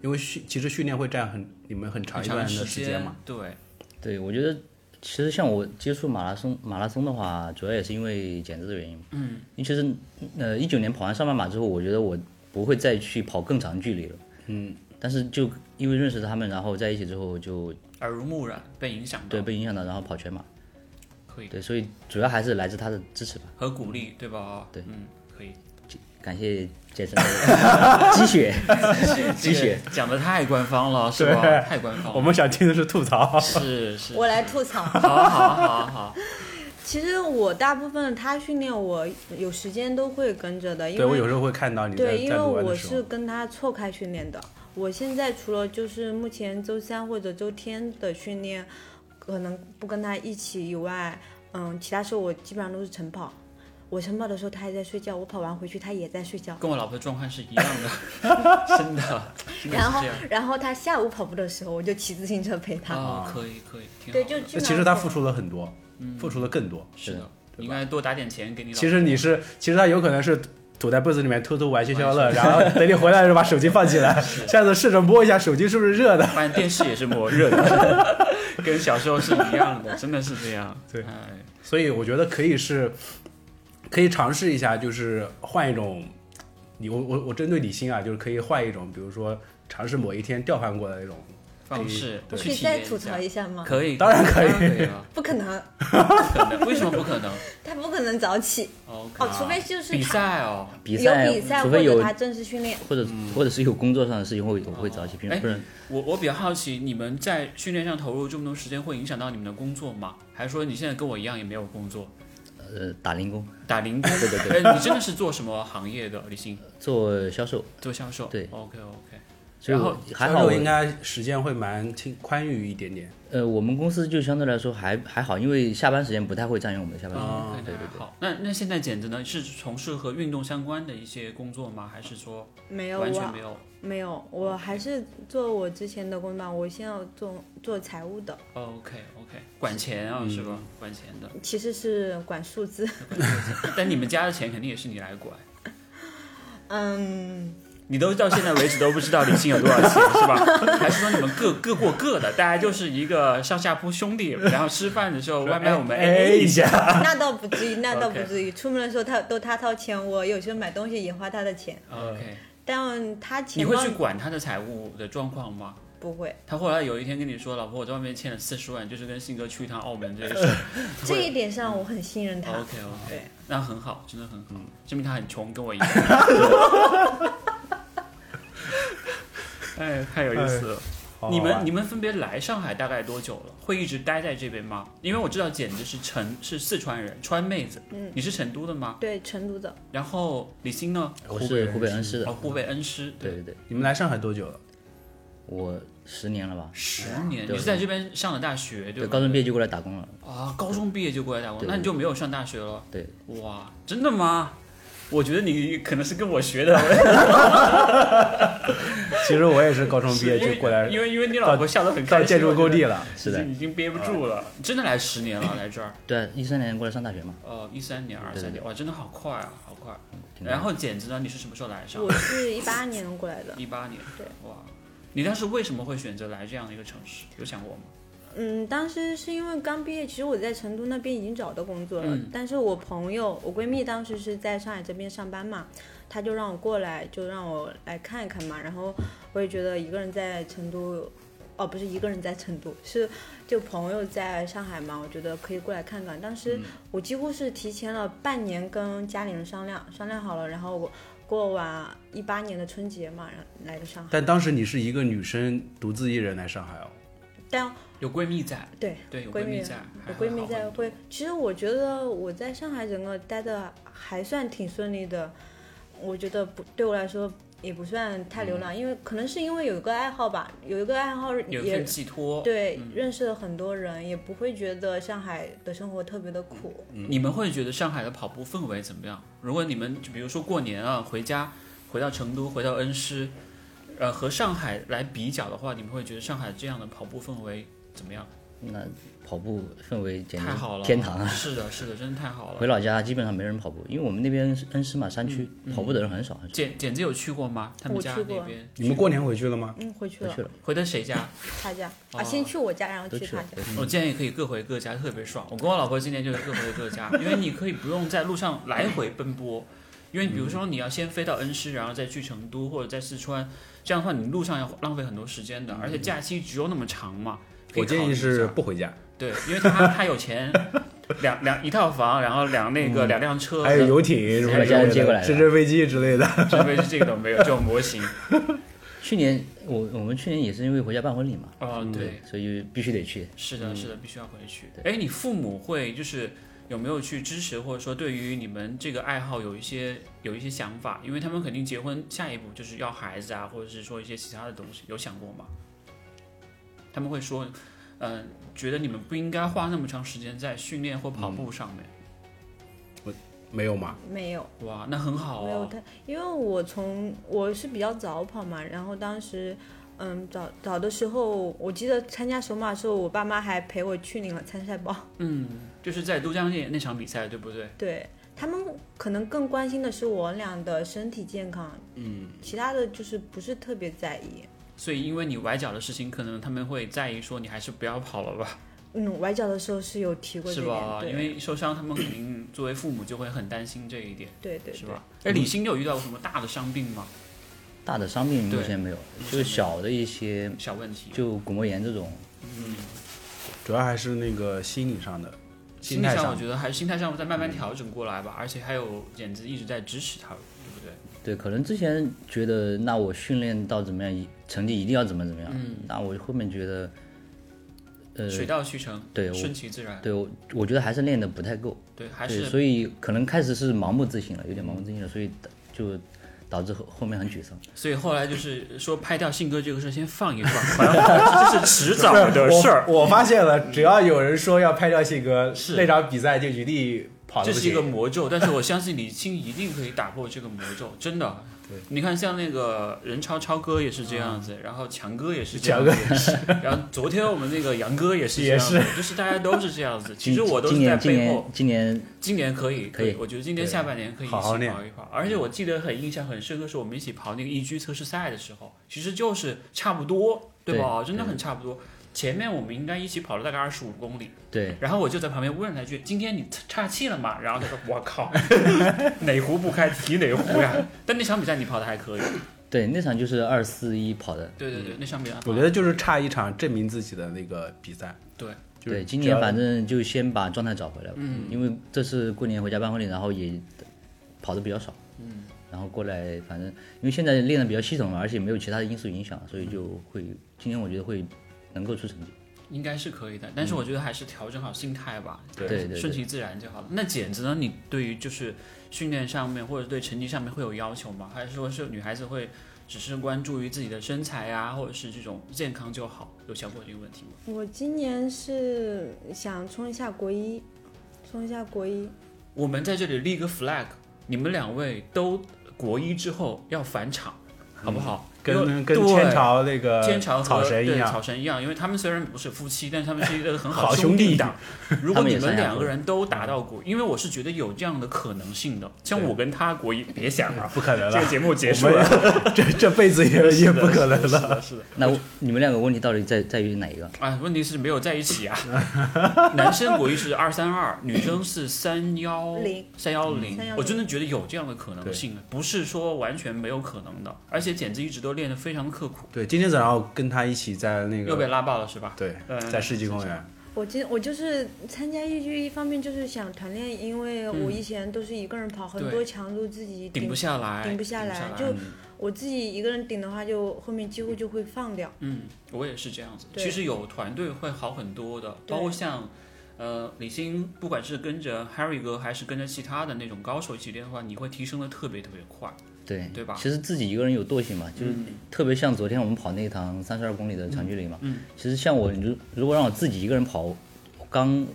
[SPEAKER 1] 因为训其实训练会占很你们很长
[SPEAKER 2] 很
[SPEAKER 1] 一
[SPEAKER 2] 长
[SPEAKER 1] 段
[SPEAKER 2] 的
[SPEAKER 1] 的
[SPEAKER 2] 时
[SPEAKER 1] 间嘛。，
[SPEAKER 2] 对，
[SPEAKER 3] 对，我觉得其实像我接触马拉松，马拉松的话，主要也是因为减脂的原因。嗯，因为其实呃，一九年跑完上半马之后，我觉得我不会再去跑更长距离了。嗯，但是就因为认识他们，然后在一起之后就
[SPEAKER 2] 耳濡目染被影响到，
[SPEAKER 3] 对被影响到，然后跑全马。
[SPEAKER 2] 可以
[SPEAKER 3] 对，所以主要还是来自他的支持吧。
[SPEAKER 2] 和鼓励，对吧？
[SPEAKER 3] 对
[SPEAKER 2] 嗯，可以。
[SPEAKER 3] 感谢健身的积雪，积
[SPEAKER 2] 这
[SPEAKER 3] 雪
[SPEAKER 2] 个讲的太官方了，是吧？太官方了。
[SPEAKER 1] 我们想听的是吐槽，
[SPEAKER 2] 是嗯是，
[SPEAKER 4] 我来吐槽。
[SPEAKER 2] 好好好好，
[SPEAKER 4] 其实我大部分他训练我有时间都会跟着的，因
[SPEAKER 1] 对我
[SPEAKER 4] 为
[SPEAKER 1] 有时候会看到你在
[SPEAKER 4] 对，因
[SPEAKER 1] 在
[SPEAKER 4] 为
[SPEAKER 1] 录完
[SPEAKER 4] 我
[SPEAKER 1] 的时
[SPEAKER 4] 是
[SPEAKER 1] 候，
[SPEAKER 4] 跟他错开训练的，我现在除了就是目前周三或者周天的训练，可能不跟他一起以外，嗯，其他时候我基本上都是晨跑。我晨跑的时候他还在睡觉，我跑完回去他也在睡觉。
[SPEAKER 2] 跟我老婆的状况是一样的，真的。应该是
[SPEAKER 4] 然后
[SPEAKER 2] 这样，
[SPEAKER 4] 然后他下午跑步的时候，我就骑自行车陪他。
[SPEAKER 2] 哦，可以可以，挺好
[SPEAKER 4] 对，
[SPEAKER 2] 的。
[SPEAKER 4] 就基
[SPEAKER 1] 那
[SPEAKER 4] 本
[SPEAKER 1] 其实
[SPEAKER 4] 上
[SPEAKER 1] 他
[SPEAKER 4] 是
[SPEAKER 1] 付出了很多，付出了更多。
[SPEAKER 2] 是
[SPEAKER 3] 是
[SPEAKER 2] 的，你应该多打点钱给你老婆。
[SPEAKER 1] 其实你是，其实他有可能是躲在被子里面偷偷玩消消乐，然后等你回来的时候把手机放起来， 下次试着摸一下手机是不是热的。
[SPEAKER 2] 发现电视也是磨热的，跟小时候是一样的，真的是这样。
[SPEAKER 1] 对
[SPEAKER 2] 哎，
[SPEAKER 1] 所以我觉得可以是，可以尝试一下，就是换一种，你我我我针对李欣啊，就是可以换一种，比如说尝试某一天调换过的那种。
[SPEAKER 2] 方式
[SPEAKER 4] 我
[SPEAKER 1] 对
[SPEAKER 4] 可
[SPEAKER 2] 去
[SPEAKER 4] 以
[SPEAKER 2] 体验
[SPEAKER 4] 再吐槽
[SPEAKER 2] 一
[SPEAKER 4] 一
[SPEAKER 2] 下，
[SPEAKER 4] 下吗？
[SPEAKER 2] 可以，
[SPEAKER 1] 当然可以
[SPEAKER 2] 以了，
[SPEAKER 4] 不可能，
[SPEAKER 2] 不可能，为什么不可能
[SPEAKER 4] 他不可能早起
[SPEAKER 2] ？OK，
[SPEAKER 4] 哦，除非就
[SPEAKER 2] 啊
[SPEAKER 4] 是
[SPEAKER 2] 比赛哦，
[SPEAKER 3] 比赛，
[SPEAKER 4] 有比赛
[SPEAKER 3] 除
[SPEAKER 4] 或
[SPEAKER 3] 非
[SPEAKER 4] 者
[SPEAKER 3] 有
[SPEAKER 4] 他正式训练。
[SPEAKER 3] 或者或者是有工作上的事情，会我会早起，平
[SPEAKER 2] 哎
[SPEAKER 3] 不然
[SPEAKER 2] 我我比较好奇，你们在训练上投入这么多时间，会影响到你们的工作吗？还是说你现在跟我一样也没有工作，
[SPEAKER 3] 呃打零工
[SPEAKER 2] 打零工？对对对。哎，你真的是做什么行业的？李欣
[SPEAKER 3] 做销售，
[SPEAKER 2] 做销售。
[SPEAKER 3] 对
[SPEAKER 2] ，OK OK，
[SPEAKER 3] 所以
[SPEAKER 2] 然
[SPEAKER 3] 我
[SPEAKER 2] 后
[SPEAKER 3] 还好
[SPEAKER 1] 销
[SPEAKER 3] 我
[SPEAKER 1] 售应该时间会蛮轻宽裕一点点。
[SPEAKER 3] 呃我们公司就相对来说还还好，因为下班时间不太会占用我们的下班时间。
[SPEAKER 1] 哦
[SPEAKER 2] 对对对。好，那那现在简直呢是从事和运动相关的一些工作吗？还是说
[SPEAKER 4] 没有，
[SPEAKER 2] 完全
[SPEAKER 4] 我
[SPEAKER 2] 没有？
[SPEAKER 4] 没有，我还是做我之前的工作，我现在要做做财务的，
[SPEAKER 2] OK OK，管哦钱啊、是吧？管钱的，
[SPEAKER 4] 其实是管数字。
[SPEAKER 2] 但你们家的钱肯定也是你来管。
[SPEAKER 4] 嗯，
[SPEAKER 2] 你都到现在为止都不知道李欣有多少钱是吧？ 还是说你们各各过各的，大家就是一个上下铺 兄弟，然后吃饭的时候外卖我们哎
[SPEAKER 1] A 哎一下。
[SPEAKER 4] 那倒不至于，那倒不
[SPEAKER 2] OK
[SPEAKER 4] 至于。出门的时候他都他掏钱，我有时候买东西也花他的钱，
[SPEAKER 2] 哎
[SPEAKER 1] 呃
[SPEAKER 2] OK，
[SPEAKER 4] 但他
[SPEAKER 2] 你
[SPEAKER 4] 钱
[SPEAKER 2] 会
[SPEAKER 4] 包
[SPEAKER 2] 去管他的财务的状况吗？
[SPEAKER 4] 不会。
[SPEAKER 2] 他后来有一天跟你说，老婆，我在外面欠了四十万，就是跟信哥去一趟澳门这个 事。
[SPEAKER 4] 这一点上我很信任
[SPEAKER 2] OK
[SPEAKER 4] 他。对
[SPEAKER 2] OK，那很好，真的很好，证明他很穷，跟我 一样。 哎，太有意思了。
[SPEAKER 1] 哦
[SPEAKER 2] 你们你们分别来上海大概多久了？会一直待在这边吗？因为我知道简直是成是四川人，川妹子。嗯，你是成都的吗？
[SPEAKER 4] 对，成都的，
[SPEAKER 2] 然后李欣呢？
[SPEAKER 3] 我
[SPEAKER 1] 湖北
[SPEAKER 3] 是
[SPEAKER 1] 人
[SPEAKER 3] 湖北恩施的，
[SPEAKER 2] 哦，湖北恩施。
[SPEAKER 3] 对，对对，
[SPEAKER 1] 你们来上海多久了？
[SPEAKER 3] 我十年了吧，
[SPEAKER 2] 十
[SPEAKER 1] 啊
[SPEAKER 2] 年，
[SPEAKER 3] 对
[SPEAKER 2] 你是在这边上的大学对
[SPEAKER 3] 对，
[SPEAKER 2] 吧？
[SPEAKER 3] 高中毕业就过来打工了。
[SPEAKER 2] 啊，高中毕业就过来打工，
[SPEAKER 3] 对
[SPEAKER 2] 那你就没有上大学了？
[SPEAKER 3] 对，
[SPEAKER 2] 哇，真的吗？我觉得你可能是跟 我学的，
[SPEAKER 1] 其实我也是高中毕业
[SPEAKER 2] 因为
[SPEAKER 1] 就过 来
[SPEAKER 2] 因为因为你老婆笑得很开
[SPEAKER 1] 到
[SPEAKER 2] 心，
[SPEAKER 1] 建筑工地啊
[SPEAKER 2] 了，
[SPEAKER 1] 了。
[SPEAKER 3] 是的
[SPEAKER 2] 已经已经憋不住了。你真的来十年了，来这儿，
[SPEAKER 3] 对啊，一三年过来上大学嘛，
[SPEAKER 2] 呃，一三年、二三年，哇，真的好快啊，好快。
[SPEAKER 3] 挺
[SPEAKER 2] 然后简直呢，你是什么时候来上
[SPEAKER 4] 我？是一八年过来的。
[SPEAKER 2] 一八年，
[SPEAKER 4] 对，
[SPEAKER 2] 哇，你当时为什么会选择来这样的一个城市？有想过吗？
[SPEAKER 4] 嗯，当时是因为刚毕业，其实我在成都那边已经找到工作了，
[SPEAKER 2] 嗯
[SPEAKER 4] 但是我朋友，我闺蜜当时是在上海这边上班嘛，她就让我过来，就让我来看一看嘛。然后我也觉得一个人在成都，哦，不是一个人在成都，是就朋友在上海嘛，我觉得可以过来看看。当时我几乎是提前了半年跟家里人商量，商量好了，然后我过完一八年的春节嘛，然后来的上海。
[SPEAKER 1] 但当时你是一个女生独自一人来上海哦。
[SPEAKER 4] 但
[SPEAKER 2] 有闺蜜在，
[SPEAKER 4] 对，
[SPEAKER 2] 对，有
[SPEAKER 4] 闺
[SPEAKER 2] 蜜
[SPEAKER 4] 蜜
[SPEAKER 2] 在，
[SPEAKER 4] 我
[SPEAKER 2] 还
[SPEAKER 4] 闺蜜
[SPEAKER 2] 好
[SPEAKER 4] 在会，其实我觉得我在上海整个待的还算挺顺利的，我觉得不对我来说也不算
[SPEAKER 2] 嗯
[SPEAKER 4] 太流浪，因为可能是因为有一个爱好吧，有一个爱好
[SPEAKER 2] 有一份嗯
[SPEAKER 4] 也
[SPEAKER 2] 寄托。
[SPEAKER 4] 对、认识了很多人，也不会觉得上海的生活特别的苦。
[SPEAKER 3] 嗯
[SPEAKER 2] 你们会觉得上海的跑步氛围怎么样？如果你们就比如说过年啊，回家回到成都，回到恩施，呃，和上海来比较的话，你们会觉得上海这样的跑步氛围怎么样？
[SPEAKER 3] 那跑步氛围简直
[SPEAKER 2] 太好了，
[SPEAKER 3] 天堂啊！
[SPEAKER 2] 是的，是的，真的太好
[SPEAKER 3] 回
[SPEAKER 2] 了。
[SPEAKER 3] 老家基本上没人跑步，因为我们那边是恩施嘛，山区、
[SPEAKER 2] 嗯
[SPEAKER 3] 跑步的人很少，很少
[SPEAKER 2] 简简直有去过吗？他们
[SPEAKER 4] 我
[SPEAKER 2] 家
[SPEAKER 4] 去
[SPEAKER 2] 那
[SPEAKER 4] 过
[SPEAKER 2] 边，
[SPEAKER 1] 你们过年回去了吗？
[SPEAKER 4] 嗯，回去
[SPEAKER 3] 都
[SPEAKER 4] 了
[SPEAKER 3] 去，了，
[SPEAKER 2] 回的谁家？
[SPEAKER 4] 他家、
[SPEAKER 2] 哦
[SPEAKER 4] 啊，先去我家，然后
[SPEAKER 3] 都
[SPEAKER 4] 去
[SPEAKER 3] 去
[SPEAKER 4] 他
[SPEAKER 3] 了
[SPEAKER 4] 家。。
[SPEAKER 3] 对
[SPEAKER 1] 嗯
[SPEAKER 2] 我建议可以各回各家，特别爽。我跟我老婆今年就是各回各家，因为你可以不用在路上来回奔波。因为比如说你要先飞到恩施，然后再去成都或者在四川，这样的话你路上要浪费很多时间的，而且假期只有那么长嘛。可以
[SPEAKER 1] 我建议
[SPEAKER 2] 考虑一
[SPEAKER 1] 是
[SPEAKER 2] 下
[SPEAKER 1] 不回家，
[SPEAKER 2] 对，因为他他有钱，两两一套房，然后两那个两辆车，
[SPEAKER 1] 嗯呃还有游艇什么
[SPEAKER 3] 还有
[SPEAKER 1] 之类
[SPEAKER 3] 家接过来
[SPEAKER 1] 的，
[SPEAKER 3] 的
[SPEAKER 1] 直升飞机之类的。
[SPEAKER 2] 准备是这个都没有这种模型。
[SPEAKER 3] 去年我我们去年也是因为回家办婚礼嘛，
[SPEAKER 2] 哦，对，
[SPEAKER 3] 所以必须得去。
[SPEAKER 2] 是的，是的，必须要回去。哎，你父母会就是有没有去支持，或者说对于你们这个爱好有一些有一些想法？因为他们肯定结婚下一步就是要孩子啊，或者是说一些其他的东西，有想过吗？他们会说，嗯、觉得你们不应该花那么长时间在训练或跑步上面。
[SPEAKER 1] 没有嘛？
[SPEAKER 4] 没有。
[SPEAKER 2] 哇，那很好
[SPEAKER 4] 没有
[SPEAKER 2] 哦。
[SPEAKER 4] 他，因为我从我是比较早跑嘛，然后当时，嗯，早早的时候，我记得参加首马的时候，我爸妈还陪我去领了参赛包。
[SPEAKER 2] 嗯，就是在都江堰那场比赛，对不对？
[SPEAKER 4] 对他们可能更关心的是我俩的身体健康，嗯，其他的就是不是特别在意。
[SPEAKER 2] 所以因为你崴脚的事情，可能他们会在意说你还是不要跑了吧。
[SPEAKER 4] 嗯，崴脚的时候是有提过
[SPEAKER 2] 是
[SPEAKER 4] 这点，
[SPEAKER 2] 吧？
[SPEAKER 4] 对
[SPEAKER 2] 因为受伤，他们肯定作为父母就会很担心这一点，
[SPEAKER 4] 对对
[SPEAKER 2] 是
[SPEAKER 4] 对，
[SPEAKER 2] 吧？哎，李欣有遇到过什么大的伤病吗？
[SPEAKER 3] 大的伤病目
[SPEAKER 2] 对
[SPEAKER 3] 前没有，就是小的一些，
[SPEAKER 2] 小问题？
[SPEAKER 3] 就骨膜炎这种，
[SPEAKER 1] 主要还是那个心理上的，
[SPEAKER 2] 心
[SPEAKER 1] 心
[SPEAKER 2] 理
[SPEAKER 1] 态
[SPEAKER 2] 上，我
[SPEAKER 1] 上。
[SPEAKER 2] 觉得还是心态上在慢慢调整过来吧。而且还有简直一直在支持他，对不对？
[SPEAKER 3] 对，可能之前觉得那我训练到怎么样，一成绩一定要怎么怎么样，
[SPEAKER 2] 嗯
[SPEAKER 3] 那我后面觉得，呃，
[SPEAKER 2] 水到渠成，
[SPEAKER 3] 对我
[SPEAKER 2] 顺其自然，
[SPEAKER 3] 对我我觉得还是练的不太够，
[SPEAKER 2] 对，还
[SPEAKER 3] 对，
[SPEAKER 2] 是
[SPEAKER 3] 所以可能开始是盲目自信了，有点盲目自信了，所以就导致后后面很沮丧。
[SPEAKER 2] 所以后来就是说拍掉信哥这个事先放一放，反 正这是迟早的事儿，
[SPEAKER 1] 我发现了，只要有人说要拍掉信哥，
[SPEAKER 2] 是
[SPEAKER 1] 那场比赛就一定跑
[SPEAKER 2] 这
[SPEAKER 1] 得不
[SPEAKER 2] 是一
[SPEAKER 1] 行
[SPEAKER 2] 个魔咒，但是我相信李欣一定可以打破这个魔咒，真的。你看，像那个任超超哥也是这样子，然后强哥也是这样子， 然后昨天我们那个杨哥也是这样子，就是大家都是这样子。其实
[SPEAKER 3] 今
[SPEAKER 2] 我都
[SPEAKER 3] 今
[SPEAKER 2] 是在
[SPEAKER 3] 年今
[SPEAKER 2] 背
[SPEAKER 3] 年
[SPEAKER 2] 后，
[SPEAKER 3] 今年
[SPEAKER 2] 今年可以
[SPEAKER 3] 可以
[SPEAKER 2] 我觉得今年下半年可以一起
[SPEAKER 1] 好好
[SPEAKER 2] 跑一
[SPEAKER 1] 练
[SPEAKER 2] 跑。而且我记得很印象很深刻，是我们一起跑那个一居测试赛的时候，其实就是差不多，对吧？真的很差不多。前面我们应该一起跑了大概二十五公里，
[SPEAKER 3] 对
[SPEAKER 2] 然后我就在旁边问了一句：“今天你岔气了吗？”然后他说：“我靠，哪壶不开提哪壶呀！”但那场比赛你跑的还可以，
[SPEAKER 3] 对那场就是二四一跑的，
[SPEAKER 2] 对对对，那场比赛
[SPEAKER 1] 我觉得就是差一场证明自己的那个比赛。
[SPEAKER 2] 对，
[SPEAKER 1] 就是
[SPEAKER 3] 对，今
[SPEAKER 1] 只要嗯
[SPEAKER 3] 年反正就先把状态找回来吧，因为这次过年回家办婚礼，然后也跑的比较少，嗯，然后过来反正因为现在练的比较系统了，而且没有其他的因素影响，所以就会今年我觉得会能够出成绩。
[SPEAKER 2] 应该是可以的。但是我觉得还是调整好心态吧，
[SPEAKER 1] 对
[SPEAKER 3] 对对
[SPEAKER 2] 顺
[SPEAKER 3] 对，
[SPEAKER 2] 其自然就好了。那简直呢？你对于就是训练上面或者对成绩上面会有要求吗？还是说是女孩子会只是关注于自己的身材呀，或者是这种健康就好？有想过这个问题吗？
[SPEAKER 4] 我今年是想冲一下国一，冲一下国一，
[SPEAKER 2] 我们在这里立个 flag，你们两位都国一之后要返场，好不好？因为
[SPEAKER 1] 嗯跟跟
[SPEAKER 2] 对
[SPEAKER 1] 天朝那个
[SPEAKER 2] 天朝和
[SPEAKER 1] 草神一
[SPEAKER 2] 对
[SPEAKER 1] 样，
[SPEAKER 2] 草神一样，因为他们虽然不是夫妻，但是他们是一个 很
[SPEAKER 1] 好兄
[SPEAKER 2] 兄
[SPEAKER 1] 弟
[SPEAKER 2] 党。如果
[SPEAKER 3] 他们
[SPEAKER 2] 你
[SPEAKER 3] 也
[SPEAKER 2] 们
[SPEAKER 3] 参加
[SPEAKER 2] 两
[SPEAKER 3] 过
[SPEAKER 2] 个人都达到国，因为我是觉得有这样的可能性的。像我跟他国一，别想了，
[SPEAKER 1] 不可能
[SPEAKER 2] 这
[SPEAKER 1] 了
[SPEAKER 2] 个，节目结束
[SPEAKER 1] 我们
[SPEAKER 2] 了，
[SPEAKER 1] 这这辈子也也不可能了。
[SPEAKER 2] 了，是的。
[SPEAKER 3] 那我你们两个问题到底在在于哪一个？
[SPEAKER 2] 啊，问题是没有在 一起啊。男生国一是二三二，女生是三幺
[SPEAKER 4] 零
[SPEAKER 2] 三幺零
[SPEAKER 4] 310。
[SPEAKER 2] 我真的觉得有这样的可能性，啊不是说完全没有可能的，而且简直一直都练得非常的刻苦。
[SPEAKER 1] 对，今天早上我跟他一起在那
[SPEAKER 2] 又被
[SPEAKER 1] 个
[SPEAKER 2] 拉爆了是吧？
[SPEAKER 1] 对
[SPEAKER 2] 嗯，
[SPEAKER 1] 在世纪公园，
[SPEAKER 4] 我今我就是参加豫剧，一方面就是想团练，因为我以前都是一个人跑，很多
[SPEAKER 2] 嗯对
[SPEAKER 4] 强度自己
[SPEAKER 2] 顶不下来，嗯
[SPEAKER 4] 顶不下来，就我自己一个人顶的话，就后面几乎就会放掉。
[SPEAKER 2] 嗯，我也是这样子。
[SPEAKER 4] 对
[SPEAKER 2] 其实有团队会好很多的，
[SPEAKER 4] 对
[SPEAKER 2] 包括像。呃，李欣，不管是跟着 Harry 哥，还是跟着其他的那种高手一起练的话，你会提升的特别特别快。
[SPEAKER 3] 对
[SPEAKER 2] 对吧嗯
[SPEAKER 3] 其实自己一个人有惰性嘛，就是特别像昨天我们跑那一趟三十二公里的长距离嘛。嗯。其实像我，如如果让我自己一个人跑，我刚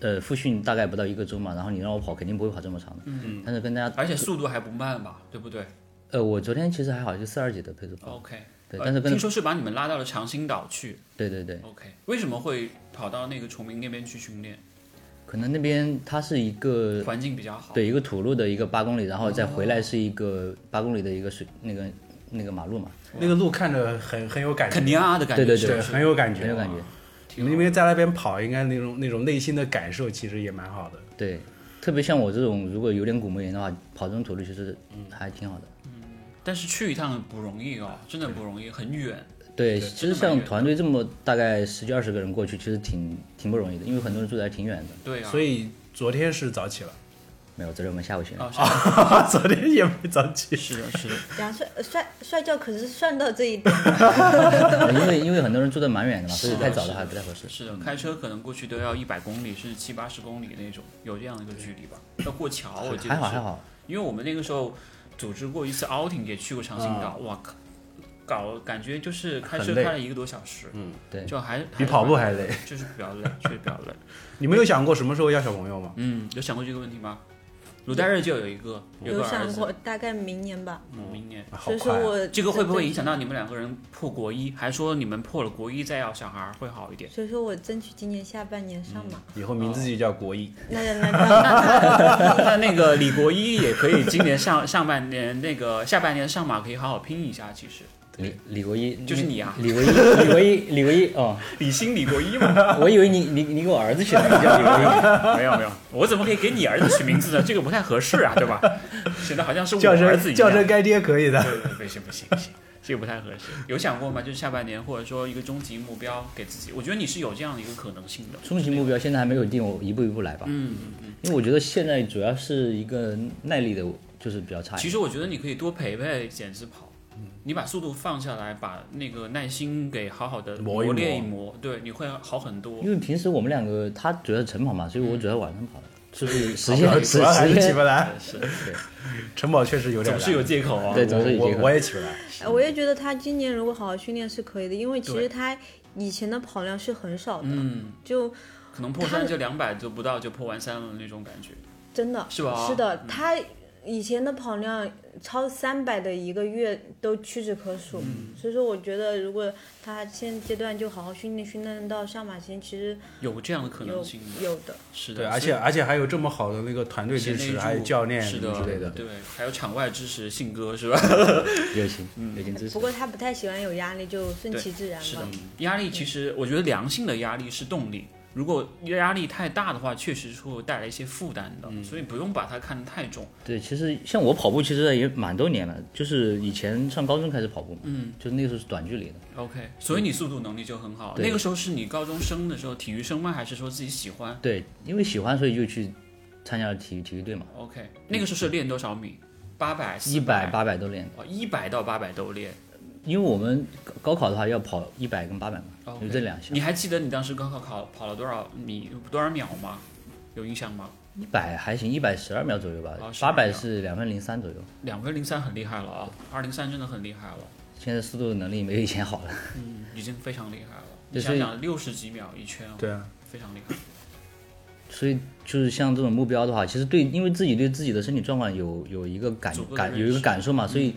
[SPEAKER 3] 呃复训大概不到一个周嘛，然后你让我跑，肯定不会跑这么长的。嗯。但是跟大家，
[SPEAKER 2] 而且速度还不慢吧，对不对
[SPEAKER 3] 呃，我昨天其实还好，就四二几的配速跑。
[SPEAKER 2] ？OK，
[SPEAKER 3] 对，
[SPEAKER 2] 呃
[SPEAKER 3] 但是跟
[SPEAKER 2] 听说是把你们拉到了长兴岛去
[SPEAKER 3] 对对对，
[SPEAKER 2] ，OK？为什么会跑到那个崇明那边去训练？
[SPEAKER 3] 可能那边它是一个
[SPEAKER 2] 环境比较好，哦
[SPEAKER 3] 对一个土路的一个八公里，然后再回来是一个八公里的一个水那个那个马路嘛，
[SPEAKER 1] 那个路看着很很有感
[SPEAKER 2] 嗯肯
[SPEAKER 1] 觉，
[SPEAKER 2] 尼亚的感觉，
[SPEAKER 3] 对对
[SPEAKER 2] 是
[SPEAKER 1] 对，
[SPEAKER 2] 不是
[SPEAKER 1] 很有感觉，
[SPEAKER 3] 很有感觉。
[SPEAKER 1] 你们因为在那边跑，应该那种那种内心的感受其实也蛮好的。
[SPEAKER 3] 对，特别像我这种如果有点骨膜炎的话，跑这种土路其实
[SPEAKER 2] 嗯
[SPEAKER 3] 还挺好的。
[SPEAKER 2] 但是去一趟不容易哦，真的不容易，很远。
[SPEAKER 3] 对，
[SPEAKER 2] 对
[SPEAKER 3] 其
[SPEAKER 2] 真的
[SPEAKER 3] 实
[SPEAKER 2] 蛮远
[SPEAKER 3] 像
[SPEAKER 2] 的
[SPEAKER 3] 团队这么大概十几二十个人过去，其实挺挺不容易的，因为很多人住的还挺远的。
[SPEAKER 2] 对啊，
[SPEAKER 1] 所以昨天是早起了，
[SPEAKER 3] 没有，昨天我们下午选的。
[SPEAKER 2] 哦，
[SPEAKER 1] 昨天也没早 起。
[SPEAKER 2] 是的，是的，
[SPEAKER 4] 梁帅呃帅帅教可是算到这一点的，
[SPEAKER 3] 因为因为很多人住的蛮远的嘛，所以
[SPEAKER 2] 是的
[SPEAKER 3] 太早的
[SPEAKER 2] 是的
[SPEAKER 3] 话不太合适。
[SPEAKER 2] 是的，开车可能过去都要一百公里，甚至七八十公里那种，有这样的一个距离吧。要过桥，我记得
[SPEAKER 3] 还好
[SPEAKER 2] 是
[SPEAKER 3] 还好，
[SPEAKER 2] 因为我们那个时候组织过一次 outing，也去过长兴
[SPEAKER 3] 嗯
[SPEAKER 2] 岛，哇靠，搞感觉就是开车
[SPEAKER 1] 很累
[SPEAKER 2] 开了一个多小时，
[SPEAKER 1] 嗯，
[SPEAKER 3] 对
[SPEAKER 2] 就还
[SPEAKER 1] 比跑步还累，
[SPEAKER 2] 就是比较累，确实比较累。
[SPEAKER 1] 你们有想过什么时候要小朋友吗？
[SPEAKER 2] 嗯，有想过这个问题吗？鲁代日就有一个，
[SPEAKER 4] 有
[SPEAKER 2] 个儿
[SPEAKER 4] 想
[SPEAKER 2] 子，
[SPEAKER 4] 过大概明年吧，
[SPEAKER 2] 嗯明年。
[SPEAKER 1] 好
[SPEAKER 4] 所以说
[SPEAKER 1] 快啊、
[SPEAKER 4] 我
[SPEAKER 2] 这个会不会影响到你们两个人破国一？还说你们破了国一再要小孩儿会好一点？
[SPEAKER 4] 所以说我争取今年下半年上
[SPEAKER 2] 嗯
[SPEAKER 4] 嘛，
[SPEAKER 1] 以后名字就叫国一。
[SPEAKER 4] 那那那
[SPEAKER 2] 那那个李国一也可以今年上上半年那个下半年上马可以好好拼一下，其实
[SPEAKER 3] 李李国一
[SPEAKER 2] 就是你啊
[SPEAKER 3] 李国一，李国一，李国一哦，
[SPEAKER 2] 李欣李国一嘛，
[SPEAKER 3] 我以为你你你给我儿子取的名字叫李国
[SPEAKER 2] 没有没有，我怎么可以给你儿子取名字呢？这个不太合适啊，对吧？显得好像是哦我
[SPEAKER 1] 叫
[SPEAKER 2] 儿
[SPEAKER 1] 声
[SPEAKER 2] 子一样。
[SPEAKER 1] 叫声干爹可以的。
[SPEAKER 2] 对对，不行不行不行，这个不太合适。有想过吗？就是下半年或者说一个终极目标给自己，我觉得你是有这样的一个可能性的
[SPEAKER 3] 一。。终极目标现在还没有定，我一步一步来吧。
[SPEAKER 2] 嗯嗯嗯。
[SPEAKER 3] 因为我觉得现在主要是一个耐力的，就是比较差一点。
[SPEAKER 2] 其实我觉得你可以多陪陪剪子跑，
[SPEAKER 1] 嗯
[SPEAKER 2] 你把速度放下来，把那个耐心给好好的
[SPEAKER 1] 磨一
[SPEAKER 2] 磨练一
[SPEAKER 1] 磨
[SPEAKER 2] 磨，对，你会好很多
[SPEAKER 3] 因。为平时我们两个，他主要是晨跑嘛，所以我主要晚上跑，就是实
[SPEAKER 1] 主要
[SPEAKER 3] 现
[SPEAKER 1] 主
[SPEAKER 3] 实
[SPEAKER 1] 要还是
[SPEAKER 3] 实
[SPEAKER 1] 起
[SPEAKER 3] 现
[SPEAKER 1] 不。来，
[SPEAKER 2] 是，
[SPEAKER 1] 城堡确实有点
[SPEAKER 2] 总
[SPEAKER 1] 难。
[SPEAKER 2] 是有借口啊。
[SPEAKER 3] 对总是有
[SPEAKER 1] 我
[SPEAKER 3] 借口
[SPEAKER 1] 我我也起不来。
[SPEAKER 4] 那，我也觉得他今年如果好好训练是可以的，因为其
[SPEAKER 2] 对
[SPEAKER 4] 实他以前的跑量是很少的，
[SPEAKER 2] 嗯，
[SPEAKER 4] 就
[SPEAKER 2] 可能破三就两百就不到就破完三了那种感觉。
[SPEAKER 4] 真的
[SPEAKER 2] 是吧嗯
[SPEAKER 4] 是的，他以前的跑量超三百的一个月都屈指可数，
[SPEAKER 2] 嗯
[SPEAKER 4] 所以说我觉得如果他现阶段就好好训练训练到上马前，其实
[SPEAKER 2] 有这样的可能
[SPEAKER 4] 有
[SPEAKER 2] 性，
[SPEAKER 4] 有的。
[SPEAKER 2] 是的，
[SPEAKER 1] 对，而且而且还有这么好的那个团队
[SPEAKER 2] 是
[SPEAKER 1] 支
[SPEAKER 2] 内
[SPEAKER 1] 持，
[SPEAKER 2] 助
[SPEAKER 1] 还有教练
[SPEAKER 2] 是
[SPEAKER 1] 什么之类的。
[SPEAKER 2] 对，还有场外支持，信哥是吧？
[SPEAKER 3] 友情，友情支
[SPEAKER 2] 嗯
[SPEAKER 3] 持
[SPEAKER 4] 不。过他不太喜欢有压力，就顺
[SPEAKER 2] 对
[SPEAKER 4] 其自然
[SPEAKER 2] 是
[SPEAKER 4] 吧
[SPEAKER 2] 的。，压力其实我觉得良性的压力是动力，如果压力太大的话，确实是会带来一些负担的，所以不用把它看得太重。
[SPEAKER 3] 对，其实像我跑步，其实也蛮多年了，就是以前上高中开始跑步嘛，嗯，就是那个时候是短距离的，
[SPEAKER 2] OK，所以你速度能力就很好。
[SPEAKER 3] 对
[SPEAKER 2] 那个时候是你高中生的时候，体育生吗？还是说自己喜欢
[SPEAKER 3] 对，因为喜欢，所以就去参加了体育体育队嘛，
[SPEAKER 2] ？OK，那个时候是练多少米？八百、
[SPEAKER 3] 一百、八百都练的，
[SPEAKER 2] 哦，一百到八百都练。
[SPEAKER 3] 因为我们高高考的话要跑一百跟八百嘛，
[SPEAKER 2] OK
[SPEAKER 3] 有这两项，
[SPEAKER 2] 你还记得你当时高考考跑了多少米、多少秒吗？有印象吗？
[SPEAKER 3] 一百还行，一百十二秒左右吧
[SPEAKER 2] 哦，
[SPEAKER 3] 八
[SPEAKER 2] 12
[SPEAKER 3] 百
[SPEAKER 2] 秒
[SPEAKER 3] 是两分零三左右，
[SPEAKER 2] 两分零三很厉害了啊，二零三真的很厉害了，
[SPEAKER 3] 现在速度能力没有以前好了，
[SPEAKER 2] 嗯，已经非常厉害了。你
[SPEAKER 3] 对
[SPEAKER 2] 想
[SPEAKER 3] 所以
[SPEAKER 2] 想，六十几秒一圈，哦
[SPEAKER 1] 对啊，
[SPEAKER 2] 非常厉害。
[SPEAKER 3] 所以就是像这种目标的话，其实对，因为自己对自己的身体状况有有一个感
[SPEAKER 2] 足够的
[SPEAKER 3] 感
[SPEAKER 2] 认识
[SPEAKER 3] 有一个感受嘛，所以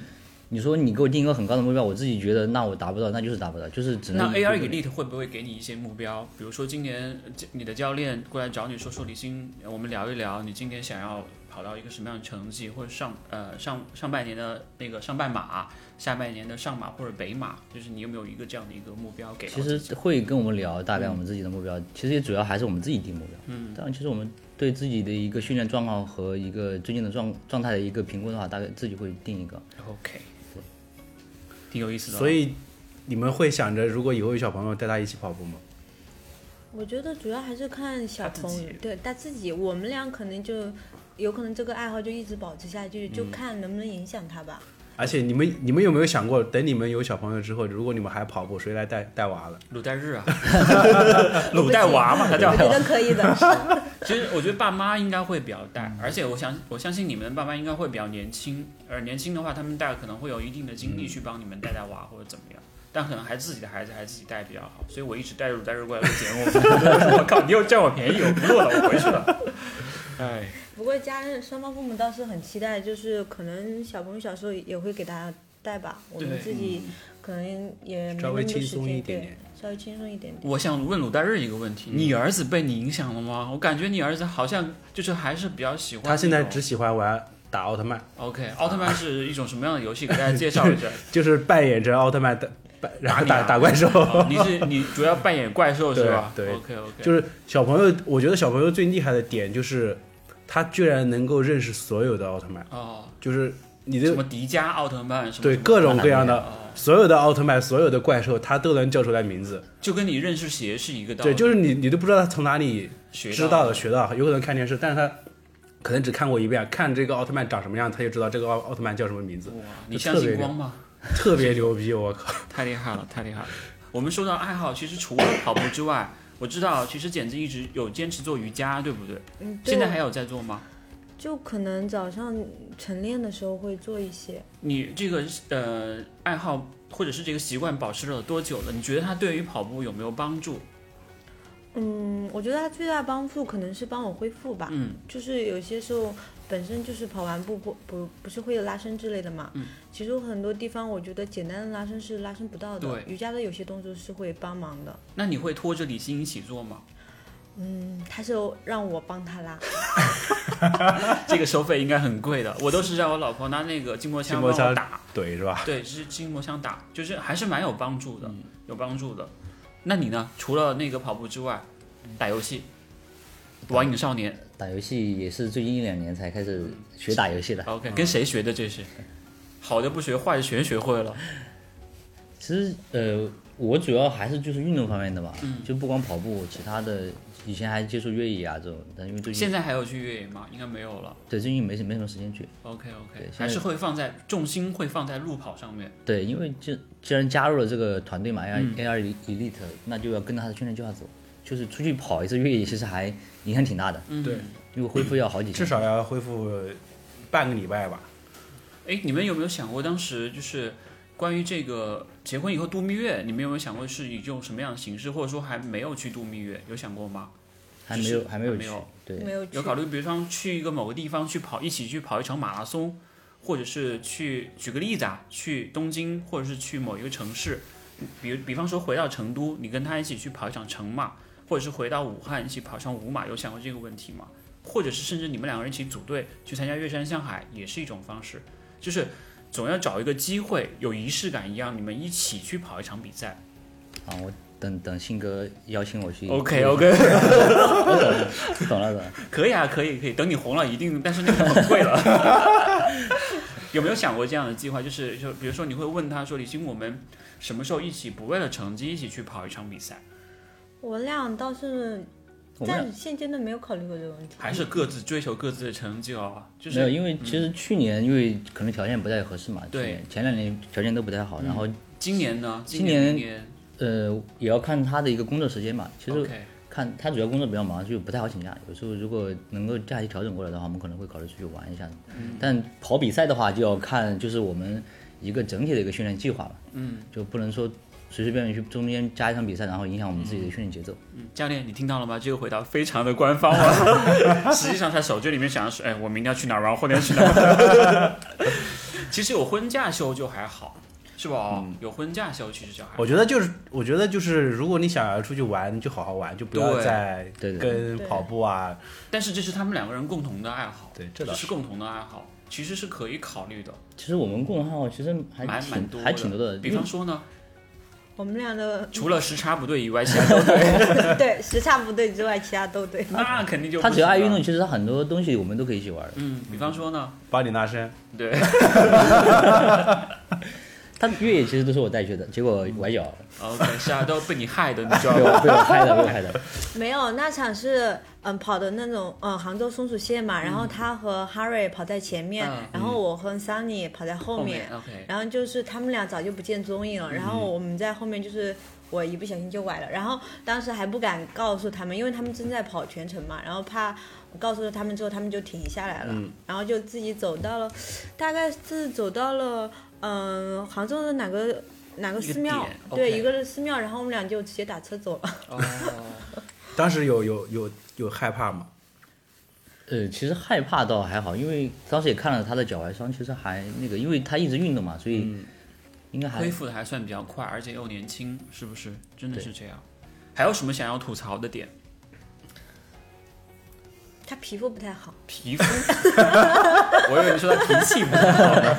[SPEAKER 3] 你说你给我定一个很高的目标，我自己觉得那我达不到，那就是达不到，就是只
[SPEAKER 2] 那
[SPEAKER 3] 能
[SPEAKER 2] AR Elite 会不会给你一些目标？比如说今年呃这你的教练过来找你说说李欣，我们聊一聊你今年想要跑到一个什么样的成绩，或者上呃上上半年的那个上半马，下半年的上马或者北马，就是你有没有一个这样的一个目标给到
[SPEAKER 3] 其
[SPEAKER 2] 自己？
[SPEAKER 3] 实会跟我们聊大概我们自己的目标，其实也主要还是我们自己定目标。嗯，当然，其实我们对自己的一个训练状况和一个最近的状状态的一个评估的话，大概自己会定一个。
[SPEAKER 2] OK，挺有意思的哦、
[SPEAKER 1] 所以你们会想着，如果以后有小朋友，带他一起跑步吗？
[SPEAKER 4] 我觉得主要还是看
[SPEAKER 2] 他
[SPEAKER 4] 小
[SPEAKER 2] 自
[SPEAKER 4] 朋友
[SPEAKER 2] 己，
[SPEAKER 4] 对他自己，我们俩可能就有可能这个爱好就一直保持下去，
[SPEAKER 2] 嗯
[SPEAKER 4] 就看能不能影响 他吧。
[SPEAKER 1] 而且你们你们有没有想过，等你们有小朋友之后，如果你们还跑步，谁来带带娃了？
[SPEAKER 2] 鲁代日啊，鲁代娃嘛，他叫
[SPEAKER 4] 我。觉得可以的，
[SPEAKER 2] 其实我觉得爸妈应该会比较
[SPEAKER 1] 嗯
[SPEAKER 2] 带，而且我相我相信你们的爸妈应该会比较年轻，而年轻的话，他们带可能会有一定的
[SPEAKER 1] 嗯
[SPEAKER 2] 精力去帮你们带带娃或者怎么样。但可能还自己的孩子还自己带比较好，所以我一直带着带着过来录 节目。我靠，你又占我便宜，我不录了，我回去了。 哎，
[SPEAKER 4] 不过家人双方父母倒是很期待，就是可能小朋友小时候也会给他带吧，我
[SPEAKER 2] 对
[SPEAKER 4] 们自己可能也没那
[SPEAKER 1] 稍
[SPEAKER 4] 么
[SPEAKER 1] 微
[SPEAKER 4] 多
[SPEAKER 1] 轻
[SPEAKER 4] 时
[SPEAKER 1] 松一
[SPEAKER 4] 间，
[SPEAKER 1] 点
[SPEAKER 4] 对嗯
[SPEAKER 1] 点，
[SPEAKER 4] 稍微轻松一点点。
[SPEAKER 2] 我想问鲁代日一个问
[SPEAKER 1] 嗯
[SPEAKER 2] 题：你儿子被你影响了吗？我感觉你儿子好像就是还是比较喜欢那种。
[SPEAKER 1] 他现在只喜欢玩打奥特曼，
[SPEAKER 2] OK，奥特曼是一种什么样的 游戏？给大家介绍一下。
[SPEAKER 1] 就是扮演着奥特曼的，扮然后打
[SPEAKER 2] 打你啊
[SPEAKER 1] 打怪兽。
[SPEAKER 2] 哦你是你主要扮演怪兽是吧？
[SPEAKER 1] 对对
[SPEAKER 2] ，OK OK，
[SPEAKER 1] 就是小朋友，我觉得小朋友最厉害的点就是，他居然能够认识所有的奥特曼，
[SPEAKER 2] 哦，
[SPEAKER 1] 就是你
[SPEAKER 2] 什
[SPEAKER 1] 的
[SPEAKER 2] 么迪迦奥特曼什么
[SPEAKER 1] 对
[SPEAKER 2] 什么
[SPEAKER 1] 各种各样的。
[SPEAKER 2] 哦，
[SPEAKER 1] 所有的奥特曼，所有的怪兽，他都能叫出来名字。
[SPEAKER 2] 就跟你认识鞋是一个道理，
[SPEAKER 1] 对，就是你，你都不知道他从哪里
[SPEAKER 2] 学
[SPEAKER 1] 知
[SPEAKER 2] 到
[SPEAKER 1] 道的、学到的，有可能看电视，但是他可能只看过一遍，看这个奥特曼长什么样，他就知道这个奥奥特曼叫什么名字，
[SPEAKER 2] 哇，你相信光吗？
[SPEAKER 1] 特别牛逼，我靠！
[SPEAKER 2] 太厉害了，太厉害了！ 我们说到爱好，其实除了跑步之外，我知道其实简直一直有坚持做瑜伽，对不对？
[SPEAKER 4] 嗯，对
[SPEAKER 2] 现在还有在做吗？
[SPEAKER 4] 就可能早上晨练的时候会做一些，
[SPEAKER 2] 你这个呃爱好或者是这个习惯保持了多久了？你觉得它对于跑步有没有帮助？
[SPEAKER 4] 嗯，我觉得它最大的帮助可能是帮我恢复吧。
[SPEAKER 2] 嗯，
[SPEAKER 4] 就是有些时候本身就是跑完步不不不是会有拉伸之类的嘛。
[SPEAKER 2] 嗯，
[SPEAKER 4] 其实很多地方我觉得简单的拉伸是拉伸不到的
[SPEAKER 2] 对，
[SPEAKER 4] 瑜伽的有些动作是会帮忙的。
[SPEAKER 2] 那你会拖着李欣一起做吗？
[SPEAKER 4] 嗯，他是让我帮他拉，
[SPEAKER 2] 这个收费应该很贵的，我都是让我老婆拿那个筋膜枪
[SPEAKER 1] 筋
[SPEAKER 2] 帮
[SPEAKER 1] 膜
[SPEAKER 2] 我
[SPEAKER 1] 枪
[SPEAKER 2] 打，
[SPEAKER 1] 怼是吧？
[SPEAKER 2] 对，是筋膜枪打，就是还是蛮有帮助的，
[SPEAKER 3] 嗯
[SPEAKER 2] 有帮助的。那你呢？除了那个跑步之外，打游戏，网瘾少年。
[SPEAKER 3] 打游戏也是最近一两年才开始学打游戏的。
[SPEAKER 2] OK，跟谁学的这是？好的不学，坏的全学会了。
[SPEAKER 3] 其实呃，我主要还是就是运动方面的吧，就不光跑步，其他的以前还接触越野啊这种，但因为最近
[SPEAKER 2] 现在还有去越野吗？应该没有了。
[SPEAKER 3] 对最近没什没什么时间去。
[SPEAKER 2] OK OK，
[SPEAKER 3] 对现在
[SPEAKER 2] 还是会放在重心会放在路跑上面。
[SPEAKER 3] 对，因为就既然加入了这个团队嘛，A A R Elite，那就要跟着他的训练计划走。就是出去跑一次越野，其实还影响挺大的，
[SPEAKER 2] 嗯
[SPEAKER 1] 对，
[SPEAKER 3] 因为恢复要好几天。
[SPEAKER 1] 至少要恢复半个礼拜吧。
[SPEAKER 2] 哎，你们有没有想过，当时就是关于这个结婚以后度蜜月，你们有没有想过是以这种什么样的形式，或者说还没有去度蜜月，有想过吗？
[SPEAKER 3] 还没有
[SPEAKER 2] 就是
[SPEAKER 3] 还没有
[SPEAKER 2] 没
[SPEAKER 3] 去
[SPEAKER 2] 有，
[SPEAKER 3] 对，
[SPEAKER 4] 没有去
[SPEAKER 2] 有考虑，比如说去一个某个地方去跑，一起去跑一场马拉松，或者是去举个例子啊，去东京，或者是去某一个城市，比比方说回到成都，你跟他一起去跑一场成马，或者是回到武汉一起跑上五马，有想过这个问题吗？或者是甚至你们两个人一起组队去参加越山向海，也是一种方式，就是总要找一个机会，有仪式感一样，你们一起去跑一场比赛。
[SPEAKER 3] 啊，我等等信哥邀请我去。
[SPEAKER 2] OK OK，
[SPEAKER 3] 懂了懂了。
[SPEAKER 2] 可以啊，可以可以，等你红了一定，但是那个很贵了。 有没有想过这样的计划？就是就比如说你会问他说：“李欣，我们什么时候一起不为了成绩一起去跑一场比赛？
[SPEAKER 4] 我俩倒是
[SPEAKER 3] 我们俩
[SPEAKER 4] 暂现阶段没有考虑过这个问题。
[SPEAKER 2] 还是各自追求各自的成绩哦？”就
[SPEAKER 3] 没有，
[SPEAKER 2] 是
[SPEAKER 3] 因为其实去年因为可能条件不太合适嘛，去
[SPEAKER 2] 对
[SPEAKER 3] 年前两年条件都不太好，然后
[SPEAKER 2] 今年呢？
[SPEAKER 3] 今
[SPEAKER 2] 年
[SPEAKER 3] 年
[SPEAKER 2] 明年
[SPEAKER 3] 呃也要看他的一个工作时间嘛。其实
[SPEAKER 2] OK，
[SPEAKER 3] 看他主要工作比较忙，就不太好请假。有时候如果能够假期调整过来的话，我们可能会考虑出去玩一下。
[SPEAKER 2] 嗯
[SPEAKER 3] 但跑比赛的话，就要看就是我们一个整体的一个训练计划了。嗯，就不能说随随便便去中间加一场比赛，然后影响我们自己的训练节奏。
[SPEAKER 2] 嗯教练，你听到了吗？这个回答非常的官方 啊。实际上他手机里面想的是：“哎，我明天要去哪儿玩，后天要去哪儿玩。” 其实有婚假休就还好，是吧？哦
[SPEAKER 3] 嗯
[SPEAKER 2] 有婚假休其实就还好。
[SPEAKER 1] 我觉得就是，我觉得就是，如果你想要出去玩，就好好玩，就不要
[SPEAKER 2] 对
[SPEAKER 1] 再
[SPEAKER 3] 对对
[SPEAKER 1] 跟
[SPEAKER 4] 对
[SPEAKER 1] 跑步啊。
[SPEAKER 2] 但是这是他们两个人共同的爱好，
[SPEAKER 1] 对这倒
[SPEAKER 2] 是共同的爱好，其实是可以考虑的，
[SPEAKER 3] 其实我们共同爱好其实还
[SPEAKER 2] 蛮蛮多
[SPEAKER 3] 挺
[SPEAKER 2] 的，
[SPEAKER 3] 还挺多的，嗯
[SPEAKER 2] 比
[SPEAKER 3] 因为
[SPEAKER 2] 方说呢，
[SPEAKER 4] 我们俩的
[SPEAKER 2] 除了时差不对以外， 其他都 对，
[SPEAKER 4] 对时差不对之外，其他都对。
[SPEAKER 2] 那肯定就不
[SPEAKER 3] 他只要爱
[SPEAKER 2] 行
[SPEAKER 3] 运
[SPEAKER 2] 了
[SPEAKER 3] 动，。其实他很多东西我们都可以一起玩儿。
[SPEAKER 2] 嗯，比方说呢，
[SPEAKER 1] 帮你拉伸，
[SPEAKER 2] 对，
[SPEAKER 3] 他越野其实都是我带去的，结果崴脚了，
[SPEAKER 2] OK，是啊，都被你害的，你知道
[SPEAKER 3] 被
[SPEAKER 2] 吗？
[SPEAKER 3] 我被我拍的，被我拍的。
[SPEAKER 4] 没有，那场是嗯跑的那种嗯杭州松鼠线嘛，然后他和 Harry 跑在前面，
[SPEAKER 2] 嗯
[SPEAKER 4] 然后我和 Sunny 跑在后
[SPEAKER 2] 后
[SPEAKER 4] 面，
[SPEAKER 2] 面 OK，
[SPEAKER 4] 然后就是他们俩早就不见踪影了，然后
[SPEAKER 2] 嗯
[SPEAKER 4] 我们在后面就是。我一不小心就崴了，然后当时还不敢告诉他们，因为他们正在跑全程嘛，然后怕我告诉了他们之后，他们就停下来了，
[SPEAKER 2] 嗯
[SPEAKER 4] 然后就自己走到了，大概是走到了嗯、呃杭州的哪个哪个
[SPEAKER 2] 一个
[SPEAKER 4] 寺庙
[SPEAKER 2] 点，
[SPEAKER 4] 对
[SPEAKER 2] OK
[SPEAKER 4] 一个寺庙，然后我们俩就直接打车走了。
[SPEAKER 2] 哦，
[SPEAKER 1] 当时有有有有害怕吗？
[SPEAKER 3] 呃，其实害怕倒还好，因为当时也看了他的脚踝伤，其实还那个，因为他一直运动嘛，所
[SPEAKER 1] 嗯
[SPEAKER 3] 以应该还、
[SPEAKER 2] 恢复的还算比较快，而且又年轻，是不是？真的是这样。还有什么想要吐槽的点？
[SPEAKER 4] 他皮肤不太好，
[SPEAKER 2] 皮 肤， 我以为你说他脾气不好，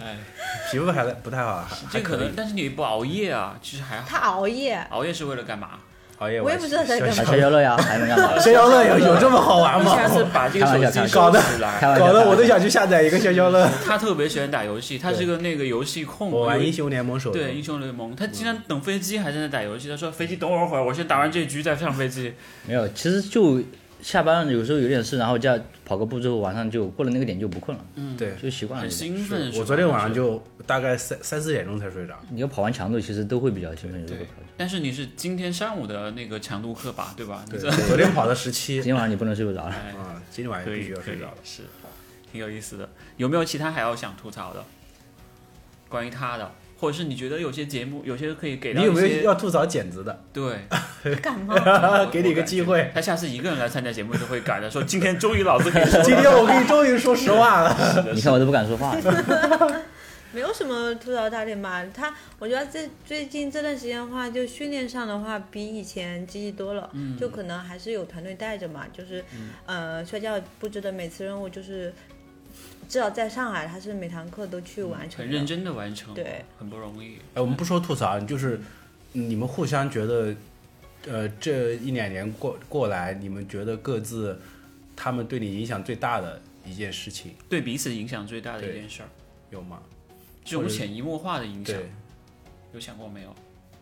[SPEAKER 1] 皮肤还不太好啊，还
[SPEAKER 2] 这
[SPEAKER 1] 还
[SPEAKER 2] 可
[SPEAKER 1] 以
[SPEAKER 2] 能，但是你不熬夜啊，其实还好。
[SPEAKER 4] 他熬夜，
[SPEAKER 2] 熬夜是为了干嘛？
[SPEAKER 1] 熬夜
[SPEAKER 4] 我也不知道在干嘛
[SPEAKER 3] 还消消乐呀，还能 干嘛？
[SPEAKER 1] 消消乐有有这么好玩
[SPEAKER 2] 你
[SPEAKER 1] 吗？
[SPEAKER 2] 下次把这个手机
[SPEAKER 1] 搞
[SPEAKER 2] 收
[SPEAKER 1] 得
[SPEAKER 2] 起来
[SPEAKER 3] 开。玩笑，
[SPEAKER 1] 搞得
[SPEAKER 3] 开玩笑
[SPEAKER 1] 我都想去下载一个消消乐。
[SPEAKER 2] 他特别喜欢打游戏，他是个那个游戏控。
[SPEAKER 1] 我玩
[SPEAKER 2] 有一
[SPEAKER 1] 英雄联盟手游，
[SPEAKER 2] 对英雄联盟，他经常等飞机还在那打游戏。他说：“飞机等我一会儿，我先打完这局再上飞机。
[SPEAKER 3] 没有，其实就下班了有时候有点事，然后加跑个步之后，晚上就过了那个点就不困了，
[SPEAKER 1] 嗯对，
[SPEAKER 3] 就习惯了
[SPEAKER 2] 很
[SPEAKER 3] 这种。
[SPEAKER 2] 兴奋。
[SPEAKER 1] 我昨天晚上，就大概三三四点钟才睡着。
[SPEAKER 3] 你要跑完强度，其实都会比较兴奋。如果跑，
[SPEAKER 2] 但是你是今天上午的那个强度课吧，对吧？
[SPEAKER 1] 对，
[SPEAKER 2] 你这
[SPEAKER 1] 昨天跑的十七
[SPEAKER 3] 今，天晚上你不能睡不着 了。
[SPEAKER 1] 啊，今天晚上
[SPEAKER 2] 可
[SPEAKER 1] 必
[SPEAKER 2] 以
[SPEAKER 1] 须要
[SPEAKER 2] 可
[SPEAKER 1] 睡
[SPEAKER 2] 以
[SPEAKER 1] 着了。
[SPEAKER 2] 是，挺有意思的。有没有其他还要想吐槽的？关于他的，或者是你觉得有些节目，有些可以给到
[SPEAKER 1] 你有没
[SPEAKER 2] 一些
[SPEAKER 1] 有要吐槽剪子的？
[SPEAKER 2] 对，
[SPEAKER 4] 干嘛？
[SPEAKER 2] 我
[SPEAKER 1] 给你一个机。
[SPEAKER 2] 我
[SPEAKER 1] 会
[SPEAKER 2] 感觉他下次一个人来参加节目都会改的，说今天终于老子可以说了
[SPEAKER 1] 今天我可以终于说实话了。
[SPEAKER 3] 你看我都不敢说话。
[SPEAKER 4] 没有什么吐槽他点吧，他我觉得这最近这段时间的话，就训练上的话比以前积极多了，
[SPEAKER 2] 嗯
[SPEAKER 4] 就可能还是有团队带着嘛，就是、呃摔跤布置的每次任务就是，至少在上海他是每堂课都去完成
[SPEAKER 2] 很
[SPEAKER 4] 的，
[SPEAKER 2] 认真的完成，
[SPEAKER 4] 对，
[SPEAKER 2] 很不容易。
[SPEAKER 1] 哎，我们不说吐槽，就是你们互相觉得，呃，这一两年过过来，你们觉得各自他们对你影响最大的一件事情
[SPEAKER 2] 对彼此影响最大的一
[SPEAKER 1] 对
[SPEAKER 2] 件事儿，
[SPEAKER 1] 有吗？
[SPEAKER 2] 这种潜移默化的影响，
[SPEAKER 1] 对，
[SPEAKER 2] 有想过没有？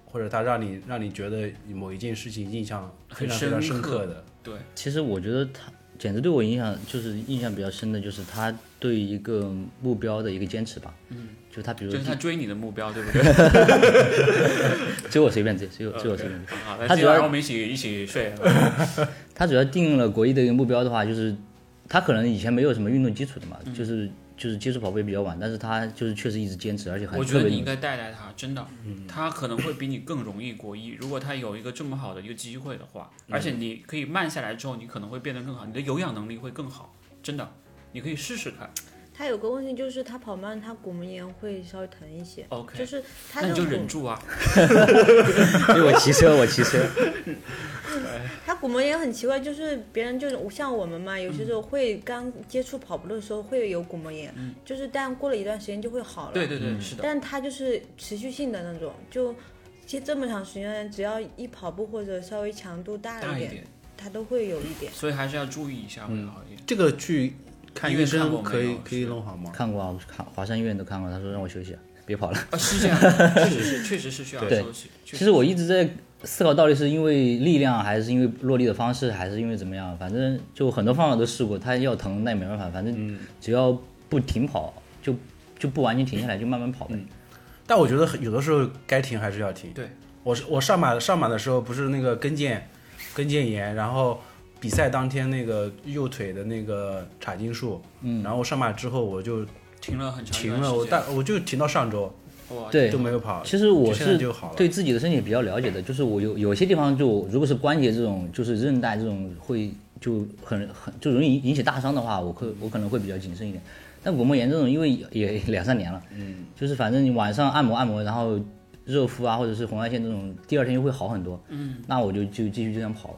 [SPEAKER 1] 或者他让你让你觉得某一件事情印象非
[SPEAKER 2] 很
[SPEAKER 1] 常非常深
[SPEAKER 2] 深刻
[SPEAKER 1] 刻的，
[SPEAKER 2] 对，
[SPEAKER 3] 其实我觉得他简直对我影响就是印象比较深的，就是他对一个目标的一个坚持吧。嗯，就他比如
[SPEAKER 2] 就是他
[SPEAKER 3] 说，
[SPEAKER 2] 追你的目标，对不对？
[SPEAKER 3] 就我随便追，只有只有随便追。
[SPEAKER 2] 好，那
[SPEAKER 3] 他
[SPEAKER 2] 今
[SPEAKER 3] 主要
[SPEAKER 2] 晚上我们一起一起睡。
[SPEAKER 3] 他主要定了国一的一个目标的话，就是他可能以前没有什么运动基础的嘛，
[SPEAKER 2] 嗯
[SPEAKER 3] 就是就是接触跑步也比较晚，但是他就是确实一直坚持，而且很
[SPEAKER 2] 我觉
[SPEAKER 3] 特
[SPEAKER 2] 得
[SPEAKER 3] 别
[SPEAKER 2] 你应
[SPEAKER 3] 努力。
[SPEAKER 2] 该带带他，真的，他可能会比你更容易国一。如果他有一个这么好的一个机会的话，而且你可以慢下来之后，你可能会变得更好，你的有氧能力会更好，真的，你可以试试看。
[SPEAKER 4] 他有个问题就是他跑慢，他骨膜炎会稍微疼一些
[SPEAKER 2] OK
[SPEAKER 4] 就是他
[SPEAKER 2] 那
[SPEAKER 4] 这
[SPEAKER 2] 你
[SPEAKER 4] 个
[SPEAKER 2] 就
[SPEAKER 4] 骨
[SPEAKER 2] 忍住啊，
[SPEAKER 3] 所以我骑车，我骑车，
[SPEAKER 4] 他骨膜炎很奇怪，就是别人就是像我们嘛，有些时候会
[SPEAKER 2] 嗯
[SPEAKER 4] 刚接触跑步的时候会有骨膜炎，就是但过了一段时间就会好了。
[SPEAKER 2] 对对对，是的，
[SPEAKER 4] 但它就是持续性的那种，就其实这么长时间，只要一跑步或者稍微强度大
[SPEAKER 2] 大
[SPEAKER 4] 一
[SPEAKER 2] 一
[SPEAKER 4] 点，
[SPEAKER 2] 点，
[SPEAKER 4] 它都会有一点。
[SPEAKER 2] 所以还是要注意一下
[SPEAKER 1] 嗯
[SPEAKER 2] 会好一点。
[SPEAKER 1] 这个去看
[SPEAKER 2] 医院
[SPEAKER 1] 医
[SPEAKER 2] 看过
[SPEAKER 1] 生
[SPEAKER 2] 没
[SPEAKER 1] 可以
[SPEAKER 2] 有
[SPEAKER 1] 可以
[SPEAKER 2] 是
[SPEAKER 1] 弄好吗？
[SPEAKER 3] 看过啊，我看华山医院都看过，他说让我休息，别跑了。
[SPEAKER 2] 啊，是这样的， 确实是，确实是需要
[SPEAKER 3] 对
[SPEAKER 2] 休息。确
[SPEAKER 3] 其实我一直在思考，到底是因为力量，还是因为落地的方式，还是因为怎么样？反正就很多方法都试过，它要疼那也没办法，反
[SPEAKER 2] 嗯
[SPEAKER 3] 正只要不停跑，就就不完全停下来，就慢慢跑
[SPEAKER 2] 嗯
[SPEAKER 3] 呗。
[SPEAKER 1] 但我觉得有的时候该停还是要停。
[SPEAKER 2] 对，
[SPEAKER 1] 我是我上马上马的时候不是那个跟腱跟腱炎，然后比赛当天那个右腿的那个髂胫束，嗯，然后上马之后我就
[SPEAKER 2] 停了很长一
[SPEAKER 1] 停
[SPEAKER 2] 段
[SPEAKER 1] 了，我
[SPEAKER 2] 时
[SPEAKER 1] 大
[SPEAKER 2] 间，
[SPEAKER 1] 我就停到上周
[SPEAKER 2] 哇，
[SPEAKER 3] 对
[SPEAKER 1] 就没有跑。
[SPEAKER 3] 其实我
[SPEAKER 1] 就现在
[SPEAKER 3] 是
[SPEAKER 1] 就好了。
[SPEAKER 3] 对自己的身体比较了解的，就是我有有些地方就如果是关节这种，就是韧带这种会就很很就容易引起大伤的话，我可我可能会比较谨慎一点。但骨膜炎这种，因为也也两三年了，嗯，就是反正你晚上按摩按摩，然后热敷啊，或者是红外线这种，第二天就会好很多。嗯，那我就就继续这样跑。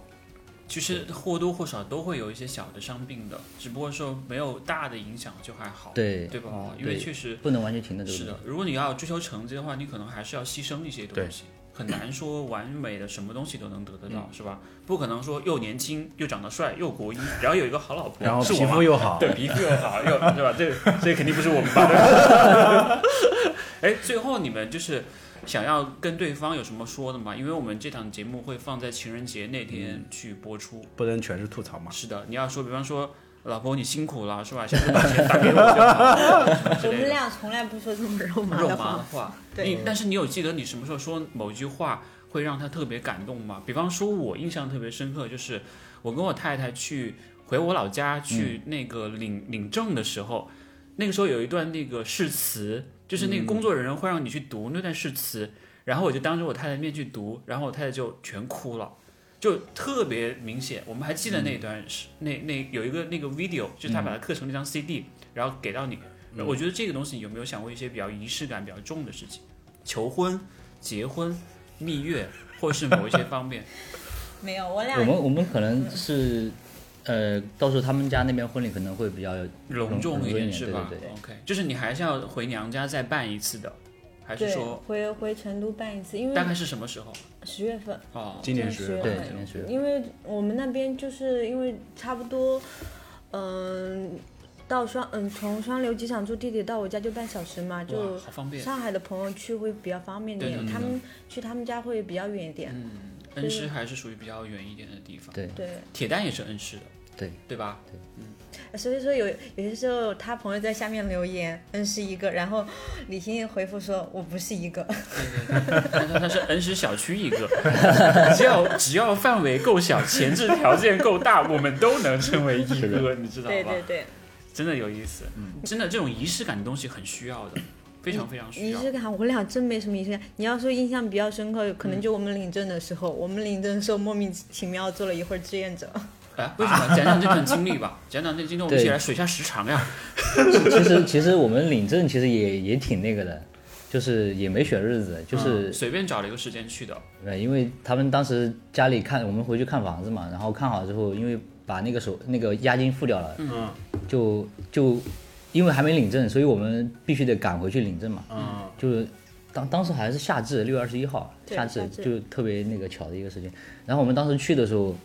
[SPEAKER 2] 其实或多或少都会有一些小的伤病的，只不过说没有大的影响就还好，
[SPEAKER 3] 对
[SPEAKER 2] 对
[SPEAKER 1] 哦
[SPEAKER 2] 吧？因
[SPEAKER 3] 对
[SPEAKER 2] 为确实
[SPEAKER 3] 不能完全停的这个。
[SPEAKER 2] 是的，如果你要追求成绩的话，你可能还是要牺牲一些东西，很难说完美的什么东西都能得得
[SPEAKER 1] 嗯
[SPEAKER 2] 到，是吧？不可能说又年轻又长得帅又国一，然后有一个好老婆，
[SPEAKER 1] 然后
[SPEAKER 2] 是我
[SPEAKER 1] 皮
[SPEAKER 2] 吗
[SPEAKER 1] 肤又好，
[SPEAKER 2] 对皮肤又好又是吧？这这肯定不是我们吧？对吧哎，最后你们就是想要跟对方有什么说的吗？因为我们这档节目会放在情人节那天去播出，
[SPEAKER 1] 不能全是吐槽嘛。
[SPEAKER 2] 是的，你要说，比方说，老婆你辛苦了，是吧？下次把钱打给我就好， 什么之
[SPEAKER 4] 我
[SPEAKER 2] 类
[SPEAKER 4] 们
[SPEAKER 2] 的。
[SPEAKER 4] 俩从来不说这种肉麻
[SPEAKER 2] 肉
[SPEAKER 4] 的
[SPEAKER 2] 麻的
[SPEAKER 4] 话，
[SPEAKER 2] 话，
[SPEAKER 4] 对
[SPEAKER 2] 你但是你有记得你什么时候说某一句话会让他特别感动吗？比方说，我印象特别深刻，就是我跟我太太去回我老家去
[SPEAKER 4] 嗯
[SPEAKER 2] 那个领、领证的时候，那个时候有一段那个誓词，就是那个工作人员会让你去读那段誓词，然后我就当着我太太面去读，然后我太太就全哭了。就特别明显，我们还记得
[SPEAKER 4] 嗯
[SPEAKER 2] 那段是、那那有一个那个 video，就是他把它刻成那张 CD，、然后给到你。
[SPEAKER 3] 嗯
[SPEAKER 2] 我觉得这个东西有没有想过一些比较仪式感比较重的事情，求婚、结婚、蜜月，或者是某一些方 面？
[SPEAKER 4] 没有，我俩
[SPEAKER 3] 我们我们可能是，呃，到时候他们家那边婚礼可能会比较
[SPEAKER 2] 隆重一
[SPEAKER 3] 隆重一
[SPEAKER 2] 点
[SPEAKER 3] 点
[SPEAKER 2] 是吧
[SPEAKER 3] 对对
[SPEAKER 2] o k 就是你还是要回娘家再办一次的，还是
[SPEAKER 4] 对
[SPEAKER 2] 说
[SPEAKER 4] 回回成都办一次，因
[SPEAKER 2] 大
[SPEAKER 4] 为
[SPEAKER 2] 概是什么时候？
[SPEAKER 4] 十月份，
[SPEAKER 2] 哦，
[SPEAKER 1] 今年
[SPEAKER 4] 十
[SPEAKER 1] 十月
[SPEAKER 3] 对
[SPEAKER 1] 份，
[SPEAKER 4] 份
[SPEAKER 3] 今年十月份
[SPEAKER 4] 因为我们那边就是因为差不多，嗯、到双嗯从双流机场坐地铁到我家就半小时嘛，就
[SPEAKER 2] 哇，好方便。
[SPEAKER 4] 上海的朋友去会比较方便一点，
[SPEAKER 2] 对对对嗯
[SPEAKER 4] 他们去他们家会比较远一点。
[SPEAKER 2] 恩施还是属于比较远一点的地方，
[SPEAKER 3] 对
[SPEAKER 4] 对，
[SPEAKER 2] 铁蛋也是恩施的，
[SPEAKER 3] 对
[SPEAKER 2] 对吧？
[SPEAKER 4] 所以说有有些时候他朋友在下面留言，嗯是一个，然后李欣怡回复说我不是一个，
[SPEAKER 2] 但是它是恩施小区一个， 只要只要范围够小，前置条件够大，我们都能成为一个，你知道吧？
[SPEAKER 4] 对对对，
[SPEAKER 2] 真的有意思，真的这种仪式感的东西很需要的，非常非常需
[SPEAKER 4] 仪
[SPEAKER 2] 要。
[SPEAKER 4] 式感，我俩真没什么仪式感。你要说印象比较深刻，可能就我们领证的时候，我们领证的时候莫名其妙做了一会儿志愿者，
[SPEAKER 2] 哎，为什么？讲讲这段经历吧， 讲讲这经历，我们一起来水下时长呀。
[SPEAKER 3] 其实其实我们领证其实也也挺那个的，就是也没选日子，就是、
[SPEAKER 2] 嗯随便找了一个时间去的，
[SPEAKER 3] 呃，因为他们当时家里看我们回去看房子嘛，然后看好之后，因为把那个首那个押金付掉了，
[SPEAKER 1] 嗯
[SPEAKER 3] 就就因为还没领证，所以我们必须得赶回去领证嘛。
[SPEAKER 1] 嗯，
[SPEAKER 3] 就是当当时好像是夏至，六月二十一号，
[SPEAKER 4] 对
[SPEAKER 3] 夏至
[SPEAKER 4] 夏至
[SPEAKER 3] 就特别那个巧的一个时间。然后我们当时去的时候，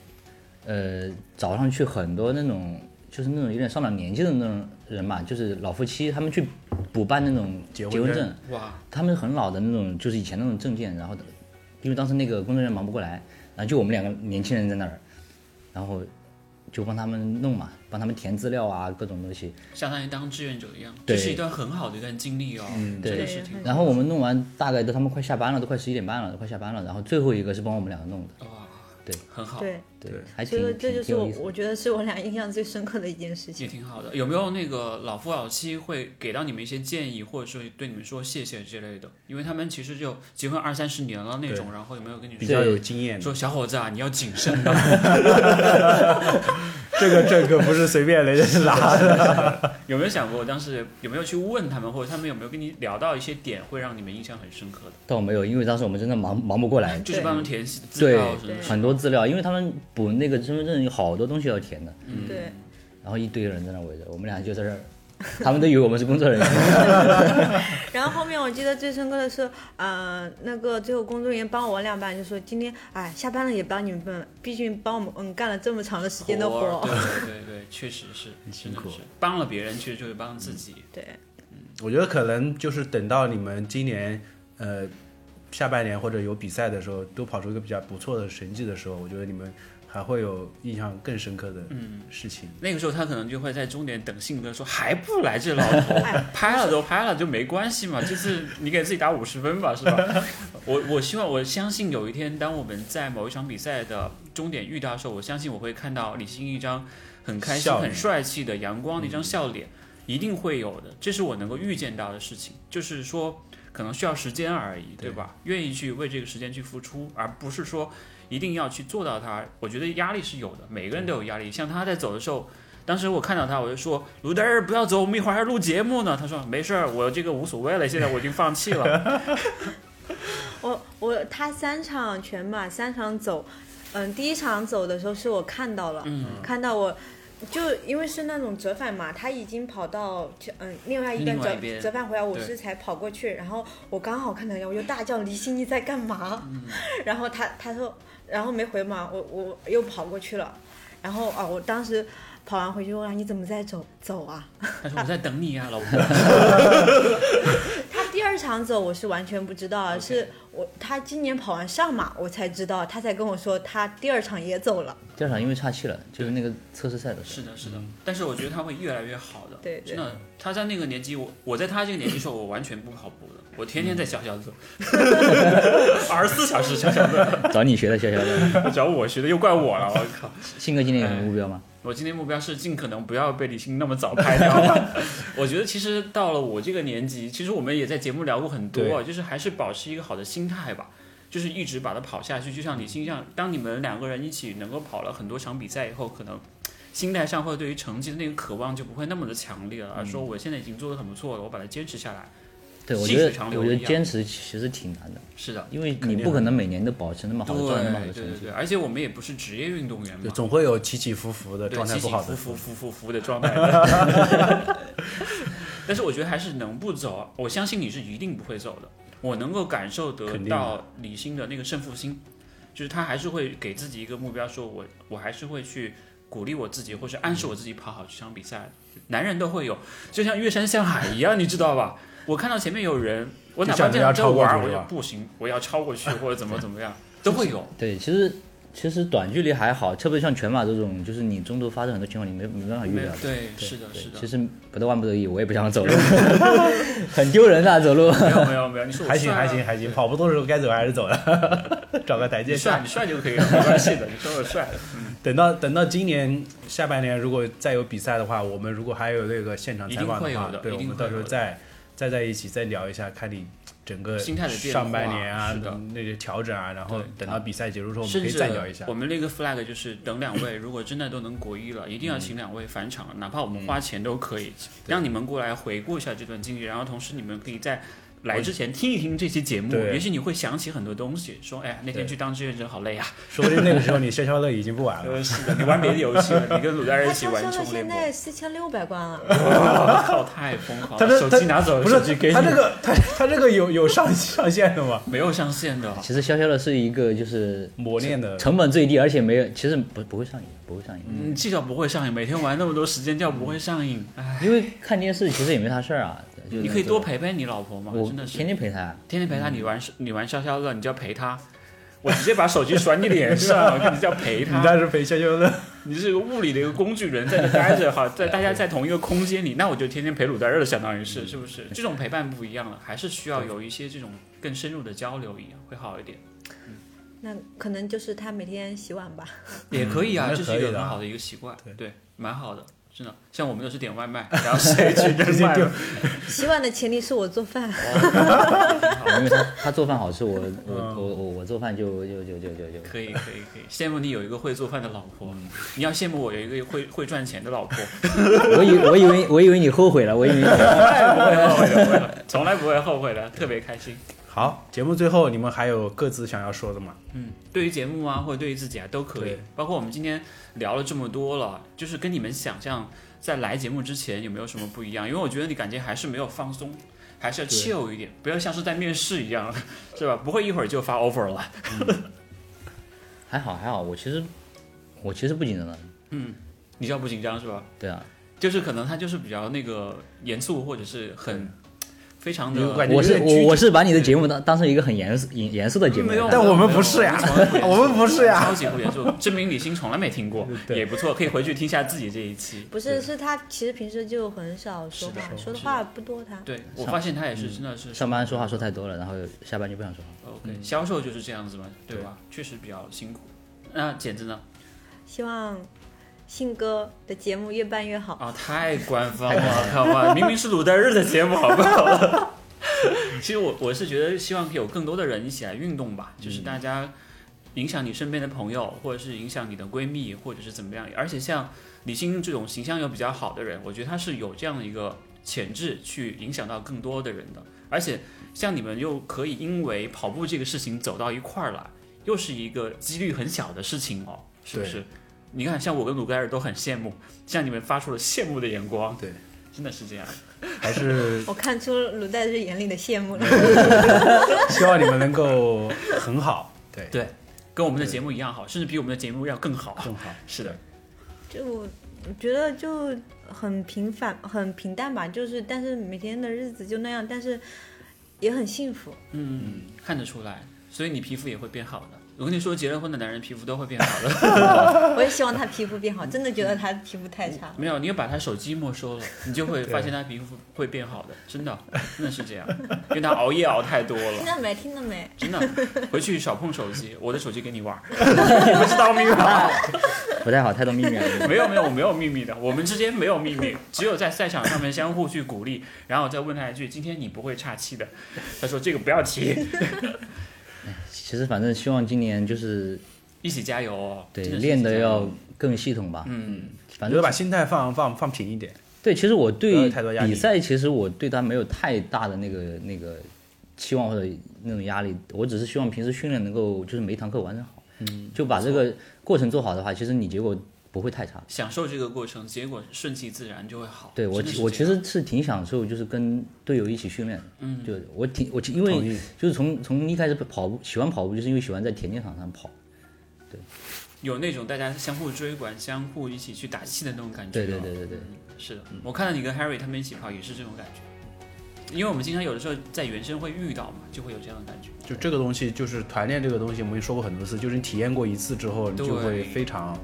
[SPEAKER 3] 呃，早上去很多那种就是那种有点上了年纪的那种人嘛，就是老夫妻他们去补办那种
[SPEAKER 1] 结
[SPEAKER 3] 结
[SPEAKER 1] 婚
[SPEAKER 3] 婚
[SPEAKER 1] 证
[SPEAKER 3] 证，
[SPEAKER 2] 哇，
[SPEAKER 3] 他们很老的那种，就是以前那种证件，然后因为当时那个工作人员忙不过来，然后就我们两个年轻人在那儿，然后就帮他们弄嘛，帮他们填资料啊，各种东西。
[SPEAKER 2] 相当于当志愿者一样，这
[SPEAKER 3] 对
[SPEAKER 2] 是一段很好的一段经历哦，
[SPEAKER 3] 对
[SPEAKER 2] 真的是挺
[SPEAKER 4] 对
[SPEAKER 2] 好
[SPEAKER 3] 然后我们弄完，大概都他们快下班了，都快十一点半了，都快下班了。然后最后一个是帮我们两个弄的，
[SPEAKER 2] 的哇，
[SPEAKER 3] 对，
[SPEAKER 2] 很好，
[SPEAKER 4] 对，
[SPEAKER 3] 对，
[SPEAKER 1] 对
[SPEAKER 3] 还
[SPEAKER 4] 所
[SPEAKER 3] 挺
[SPEAKER 4] 以说这
[SPEAKER 3] 挺
[SPEAKER 4] 就
[SPEAKER 3] 挺
[SPEAKER 4] 是
[SPEAKER 3] 有
[SPEAKER 4] 我
[SPEAKER 3] 意思的。
[SPEAKER 4] 我觉得是我俩印象最深刻的一件事
[SPEAKER 2] 也
[SPEAKER 4] 情。
[SPEAKER 2] 挺好的。有没有那个老夫老妻会给到你们一些建议，或者说对你们说谢谢之类的？因为他们其实就结婚二三十年了那种，然后有没有跟你
[SPEAKER 1] 比
[SPEAKER 2] 说
[SPEAKER 1] 较有经验的，
[SPEAKER 2] 说小伙子啊，你要谨慎的？
[SPEAKER 1] 这个这个不是随便人家拿的，
[SPEAKER 2] 有没有想过当时有没有去问他们，或者他们有没有跟你聊到一些点会让你们印象很深刻的？
[SPEAKER 3] 倒没有，因为当时我们真的忙忙不过来，
[SPEAKER 2] 就是帮他们填资
[SPEAKER 3] 对
[SPEAKER 2] 料什么的。
[SPEAKER 3] 很多资料，因为他们补那个身份证有好多东西要填的，
[SPEAKER 4] 对，
[SPEAKER 3] 然后一堆人在那围着，我们俩就在这儿，他们都以为我们是工作人员。
[SPEAKER 4] 然后后面我记得最深刻的是，呃，那个最后工作人员帮我俩办，就说今天哎下班了也帮你们办，毕竟帮我们嗯干了这么长的时间的
[SPEAKER 2] 活
[SPEAKER 4] 活
[SPEAKER 2] 儿，，对对对对，确实是，真
[SPEAKER 1] 辛
[SPEAKER 2] 的
[SPEAKER 1] 苦嗯
[SPEAKER 2] 是帮了别人，其实就是帮自己。
[SPEAKER 4] 对，
[SPEAKER 1] 我觉得可能就是等到你们今年呃下半年或者有比赛的时候，都跑出一个比较不错的成绩的时候，我觉得你们还会有印象更深刻的
[SPEAKER 2] 嗯
[SPEAKER 1] 事情。
[SPEAKER 2] 那个时候他可能就会在终点等信哥说还不来这老头
[SPEAKER 4] 哎，
[SPEAKER 2] 拍了都拍了就没关系嘛，这次你给自己打五十分吧，是吧？我我希望我相信有一天，当我们在某一场比赛的终点遇到的时候，我相信我会看到李欣一张很开心、
[SPEAKER 1] 笑脸
[SPEAKER 2] 很帅气的阳光的一张笑脸，一定会有的，这是我能够预见到的事情，就是说可能需要时间而已，对吧？愿意去为这个时间去付出，而不是说。一定要去做到它，我觉得压力是有的，每个人都有压力。像他在走的时候，当时我看到他，我就说：“卢德尔，不要走，我们一会儿还要录节目呢。”他说：“没事儿，我这个无所谓了，现在我已经放弃 了。
[SPEAKER 4] 我我他三场全马，三场走，嗯，第一场走的时候是我看到
[SPEAKER 2] 嗯
[SPEAKER 4] 了，看到我。就因为是那种折返嘛，他已经跑到嗯另外一边
[SPEAKER 2] 另外
[SPEAKER 4] 折
[SPEAKER 2] 一边
[SPEAKER 4] 折返回来，我
[SPEAKER 2] 对
[SPEAKER 4] 是才跑过去，然后我刚好看到，我就大叫李欣怡在干嘛？
[SPEAKER 2] 嗯
[SPEAKER 4] 然后他他说，然后没回嘛，我我又跑过去了，然后啊，我当时跑完回去问他你怎么在走走啊？”
[SPEAKER 2] 他说：“我在等你啊，老婆。
[SPEAKER 4] 他第二场走我是完全不知道是我他今年跑完上马我才知道，他才跟我说他第二场也走了。
[SPEAKER 3] 第二场因为岔气了，就是那个测试赛的”
[SPEAKER 2] 是
[SPEAKER 3] 时
[SPEAKER 2] 的，是的。嗯但是我觉得他会越来越好的。
[SPEAKER 4] 对对
[SPEAKER 2] 真的，他在那个年纪，我我在他这个年纪的时候，我完全不跑步的，我天天在小 小走，二十四小时小小走，
[SPEAKER 3] 候，找你学的小小的。
[SPEAKER 2] 只要我学的又怪我了，我靠！
[SPEAKER 3] 信哥今年有什么目标吗？
[SPEAKER 2] 我今天目标是尽可能不要被李欣那么早拍掉。 我觉得其实到了我这个年纪，其实我们也在节目聊过很多啊，就是还是保持一个好的心态吧，就是一直把它跑下去。就像李欣一样，当你们两个人一起能够跑了很多场比赛以后，可能心态上或者对于成绩的那个渴望就不会那么的强烈了，而说我现在已经做的很不错了，我把它坚持下来。
[SPEAKER 3] 对，我
[SPEAKER 2] 细
[SPEAKER 3] 觉得
[SPEAKER 2] 水长流
[SPEAKER 3] 我觉得
[SPEAKER 2] 一样
[SPEAKER 3] 坚持其实挺难的，
[SPEAKER 2] 是的，
[SPEAKER 3] 因为你不可能每年都保持那么好的状态、那么好
[SPEAKER 2] 对
[SPEAKER 3] 的
[SPEAKER 2] 对
[SPEAKER 3] 成
[SPEAKER 2] 对
[SPEAKER 3] 绩
[SPEAKER 2] 对，。而且我们也不是职业运动员
[SPEAKER 1] 就
[SPEAKER 2] 嘛。
[SPEAKER 1] 总会有起起伏伏的
[SPEAKER 2] 对
[SPEAKER 1] 呃状态
[SPEAKER 2] 起
[SPEAKER 1] 不
[SPEAKER 2] 起
[SPEAKER 1] 好的，
[SPEAKER 2] 伏伏伏伏伏的状态的。 但是我觉得还是能不走，啊我相信你是一定不会走的。我能够感受得
[SPEAKER 1] 肯定
[SPEAKER 2] 到
[SPEAKER 1] 的
[SPEAKER 2] 李欣的那个胜负心，就是他还是会给自己一个目标，说我我还是会去鼓励我自己，或是暗示
[SPEAKER 1] 嗯
[SPEAKER 2] 我自己跑好这场比赛的。男人都会有，就像越山向海一样，你知道吧？我看到前面有人，我哪
[SPEAKER 1] 就
[SPEAKER 2] 怕
[SPEAKER 1] 想
[SPEAKER 2] 这
[SPEAKER 1] 着
[SPEAKER 2] 样
[SPEAKER 1] 要
[SPEAKER 2] 在
[SPEAKER 1] 超过
[SPEAKER 2] 玩儿，
[SPEAKER 1] 去是
[SPEAKER 2] 我就
[SPEAKER 1] 吧
[SPEAKER 2] 不行，我要超过去或者怎么怎么样。都会有。
[SPEAKER 3] 对，其实其实短距离还好，特别像全马这种，就是你中途发生很多情况，你没没办法预料的。
[SPEAKER 2] 对，是的，
[SPEAKER 3] 对
[SPEAKER 2] 是的。
[SPEAKER 3] 其实不到万不得已，我也不想走路， 很丢人的、啊、走路。
[SPEAKER 2] 没有没有没有，你说我
[SPEAKER 1] 还行
[SPEAKER 2] 帅啊
[SPEAKER 1] 还行还行，跑步的时候该走还是走了， 找个台阶
[SPEAKER 2] 你
[SPEAKER 1] 下
[SPEAKER 2] 帅。你帅就可以了，没关系的。你说 我帅，嗯，
[SPEAKER 1] 等到等到今年下半年，如果再有比赛的话，我们如果还有那个现场采访
[SPEAKER 2] 一定会
[SPEAKER 1] 话
[SPEAKER 2] 有，的
[SPEAKER 1] 对，
[SPEAKER 2] 一
[SPEAKER 1] 我
[SPEAKER 2] 定会有
[SPEAKER 1] 们到
[SPEAKER 2] 的
[SPEAKER 1] 时候再再在一起再聊一下，看你整个
[SPEAKER 2] 心态的变化
[SPEAKER 1] 上半年啊
[SPEAKER 2] 是的
[SPEAKER 1] 那些调整啊，然后
[SPEAKER 2] 对
[SPEAKER 1] 等到比赛结束之后，我们
[SPEAKER 2] 甚
[SPEAKER 1] 可以
[SPEAKER 2] 至
[SPEAKER 1] 再聊一下
[SPEAKER 2] 我。们那个 flag 就是等两位，如果真的都能国一了，一定要请两位返场，哪怕我们花钱都可以，让你们过来回顾一下这段经历，然后同时你们可以在。来之前听一听这期节目，
[SPEAKER 1] 对
[SPEAKER 2] 也许你会想起很多东西，说哎呀，那天
[SPEAKER 1] 对
[SPEAKER 2] 去当志愿者 好累啊。
[SPEAKER 1] 说不定那个时候你消消乐已经不玩了。
[SPEAKER 2] 呃，是的，你玩别的游戏了，你跟鲁大人一
[SPEAKER 4] 他
[SPEAKER 2] 起
[SPEAKER 4] 消
[SPEAKER 2] 玩
[SPEAKER 4] 消
[SPEAKER 2] 宠
[SPEAKER 4] 乐
[SPEAKER 2] 物联
[SPEAKER 4] 现
[SPEAKER 2] 盟。
[SPEAKER 4] 在四千六百关啊 了，
[SPEAKER 2] 我靠，太疯狂
[SPEAKER 1] 他
[SPEAKER 2] 了！
[SPEAKER 1] 这
[SPEAKER 2] 手
[SPEAKER 1] 他
[SPEAKER 2] 机拿走，
[SPEAKER 1] 不
[SPEAKER 2] 手机
[SPEAKER 1] 是
[SPEAKER 2] 给你
[SPEAKER 1] 他，这个他他这个有有上 上限的吗？
[SPEAKER 2] 没有上线的。
[SPEAKER 3] 其实消消乐是一个就是
[SPEAKER 1] 磨练的
[SPEAKER 3] 成本最低，而且没有，其实不不会上瘾，不会上瘾。
[SPEAKER 2] 嗯，至少不会上瘾，每天玩那么多时间觉不会上瘾。
[SPEAKER 1] 嗯
[SPEAKER 2] 哎，
[SPEAKER 3] 因为看电视其实也没啥事儿啊，就
[SPEAKER 2] 你可以多陪陪你老婆嘛，
[SPEAKER 3] 我
[SPEAKER 2] 真的是
[SPEAKER 3] 天天陪她。
[SPEAKER 2] 天天陪
[SPEAKER 1] 嗯
[SPEAKER 2] 她，你玩你玩消消乐，你就要陪她。我直接把手机甩你脸上， 你就要陪
[SPEAKER 1] 你
[SPEAKER 2] 她。
[SPEAKER 1] 当时陪消消乐，
[SPEAKER 2] 你是个物理的一个工具人，在那待着哈， 在大家在同一个空间里，那我就天天陪鲁大热，相当于
[SPEAKER 1] 嗯
[SPEAKER 2] 是是不是？这种陪伴不一样了，还是需要有一些这种更深入的交流一样，会好一点。
[SPEAKER 1] 嗯
[SPEAKER 4] 那可能就是他每天洗碗吧。
[SPEAKER 2] 也可以啊，
[SPEAKER 1] 那
[SPEAKER 2] 这是
[SPEAKER 1] 可
[SPEAKER 2] 一
[SPEAKER 1] 以
[SPEAKER 2] 个
[SPEAKER 1] 的
[SPEAKER 2] 很
[SPEAKER 1] 啊
[SPEAKER 2] 好的一个习惯，
[SPEAKER 1] 对
[SPEAKER 2] 对，蛮好的，真的。像我们都是点外卖，然后谁 去
[SPEAKER 1] 直
[SPEAKER 2] 扔
[SPEAKER 1] 接
[SPEAKER 2] 外
[SPEAKER 1] 丢
[SPEAKER 2] 卖？
[SPEAKER 4] 洗碗的前提是我做饭，
[SPEAKER 3] 因为她她做饭好吃，我我
[SPEAKER 2] 嗯
[SPEAKER 3] 我我我做饭就就就就就就
[SPEAKER 2] 可以可以可以，羡慕你有一个会做饭的老婆，
[SPEAKER 1] 嗯
[SPEAKER 2] 你要羡慕我有一个会会赚钱的老婆，
[SPEAKER 3] 我以我以为我以为你后悔了，我以为你
[SPEAKER 2] 从来不会后悔的不会后悔的，从来不会后悔的，特别开心。
[SPEAKER 1] 好，节目最后你们还有各自想要说的吗？
[SPEAKER 2] 嗯，对于节目啊，或者对于自己啊，都可以
[SPEAKER 1] 对。
[SPEAKER 2] 包括我们今天聊了这么多了，就是跟你们想象在来节目之前有没有什么不一样？因为我觉得你感觉还是没有放松，还是要
[SPEAKER 1] 对
[SPEAKER 2] chill 一点，不要像是在面试一样，是吧？不会一会儿就发 offer 了。
[SPEAKER 3] 还好还好，我其实我其实不紧张的，
[SPEAKER 2] 你知道不紧张是吧？
[SPEAKER 3] 对啊，
[SPEAKER 2] 就是可能他就是比较那个严肃，或者是很非常的
[SPEAKER 1] 有感觉
[SPEAKER 3] 我是
[SPEAKER 1] 有点拘
[SPEAKER 3] 我
[SPEAKER 1] 谨嗯
[SPEAKER 3] 我是把你的节目当当成一个很严肃严严肃的节目
[SPEAKER 2] 没
[SPEAKER 3] 来
[SPEAKER 2] 有，
[SPEAKER 3] 看，
[SPEAKER 1] 但我们不是呀
[SPEAKER 2] 没有没有
[SPEAKER 1] 我们不是呀
[SPEAKER 2] 超级不严肃。证明李欣从来没听过，
[SPEAKER 1] 对
[SPEAKER 2] 也不错，可以回去听一下自己这一期。
[SPEAKER 4] 不是，是他其实平时就很少说
[SPEAKER 2] 是
[SPEAKER 4] 话，
[SPEAKER 2] 的
[SPEAKER 4] 说的话不多。他
[SPEAKER 2] 对我发现他也是真的是
[SPEAKER 3] 嗯上班说话说太多了，然后下班就不想说话。
[SPEAKER 2] OK，销售就是这样子嘛，对吧？确实比较辛苦。那简直呢？
[SPEAKER 4] 希望信哥的节目越办越好。
[SPEAKER 2] 啊，太官方了，好吧？明明是鲁代日的节目，好不好？ 其实我我是觉得，希望有更多的人一起来运动吧，就是大家影响你身边的朋友，或者是影响你的闺蜜，或者是怎么样。而且像李欣这种形象又比较好的人，我觉得他是有这样的一个潜质去影响到更多的人的。而且像你们又可以因为跑步这个事情走到一块儿来，又是一个几率很小的事情哦，是不
[SPEAKER 1] 对
[SPEAKER 2] 是？你看，像我跟鲁盖尔都很羡慕，向你们发出了羡慕的眼光，
[SPEAKER 1] 对，
[SPEAKER 2] 真的是这样。
[SPEAKER 1] 还是
[SPEAKER 4] 我看出鲁代日眼里的羡 慕了。
[SPEAKER 1] 希望你们能够很 好，对，
[SPEAKER 2] 对，跟我们的节目一样好，甚至比我们的节目要更好。
[SPEAKER 1] 更好。
[SPEAKER 2] 是的，
[SPEAKER 4] 就我觉得就很平凡、很平淡吧，就是但是每天的日子就那样，但是也很幸福。
[SPEAKER 2] 嗯，看得出来，所以你皮肤也会变好的。我跟你说，结了婚的男人皮肤都会变好的。
[SPEAKER 4] 我也希望他皮肤变好，真的觉得他皮肤太差了。
[SPEAKER 2] 没有，你又把他手机没收了，你就会发现他皮肤会变好的，真 的，真的是这样，因为他熬夜熬太多了，
[SPEAKER 4] 听到没？听到没？
[SPEAKER 2] 真的，回去少碰手机，我的手机给你玩儿，你不知道密
[SPEAKER 1] 啊
[SPEAKER 2] 码。
[SPEAKER 3] 不太好，太多秘密啊了。
[SPEAKER 2] 没有没有，我没有秘密的，我们之间没有秘密，只有在赛场上面相互去鼓励，然后我再问他一句：“今天你不会岔气的。”他说：“这个不要提，
[SPEAKER 3] 其实反正希望今年就是
[SPEAKER 2] 一起加油哦。”
[SPEAKER 3] 对
[SPEAKER 2] 真是
[SPEAKER 3] 练
[SPEAKER 2] 一
[SPEAKER 3] 的
[SPEAKER 2] 起加油
[SPEAKER 3] 要更系统吧。
[SPEAKER 2] 嗯，
[SPEAKER 1] 我
[SPEAKER 3] 反
[SPEAKER 1] 觉得
[SPEAKER 3] 正
[SPEAKER 1] 把心态放放放平一点，
[SPEAKER 3] 对，其实我
[SPEAKER 1] 不要
[SPEAKER 3] 对
[SPEAKER 1] 有太多压力
[SPEAKER 3] 比赛，其实我对他没有太大的那个那个期望或者那种压力，我只是希望平时训练能够就是每一堂课完成好，嗯，就把这个过程做好的话，其实你结果不会太差。
[SPEAKER 2] 享受这个过程，结果顺其自然就会好。
[SPEAKER 3] 对我
[SPEAKER 2] 真的
[SPEAKER 3] 其，
[SPEAKER 2] 是
[SPEAKER 3] 我
[SPEAKER 2] 这
[SPEAKER 3] 其
[SPEAKER 2] 样
[SPEAKER 3] 实是挺享受，就是跟队友一起训练。嗯，就我挺我挺因
[SPEAKER 1] 同
[SPEAKER 3] 为
[SPEAKER 1] 意
[SPEAKER 3] 就是从从一开始跑步喜欢跑步，就是因为喜欢在田径场上跑。
[SPEAKER 2] 有那种大家相互追赶、相互一起去打气的那种感觉。
[SPEAKER 3] 对对对对对，
[SPEAKER 2] 是的，嗯我看到你跟 Harry 他们一起跑也是这种感觉，因为我们经常有的时候在原生会遇到嘛，就会有这样的感觉。
[SPEAKER 1] 就这个东西，就是团练这个东西，我们也说过很多次，就是你体验过一次之后，你就
[SPEAKER 2] 对
[SPEAKER 1] 会非常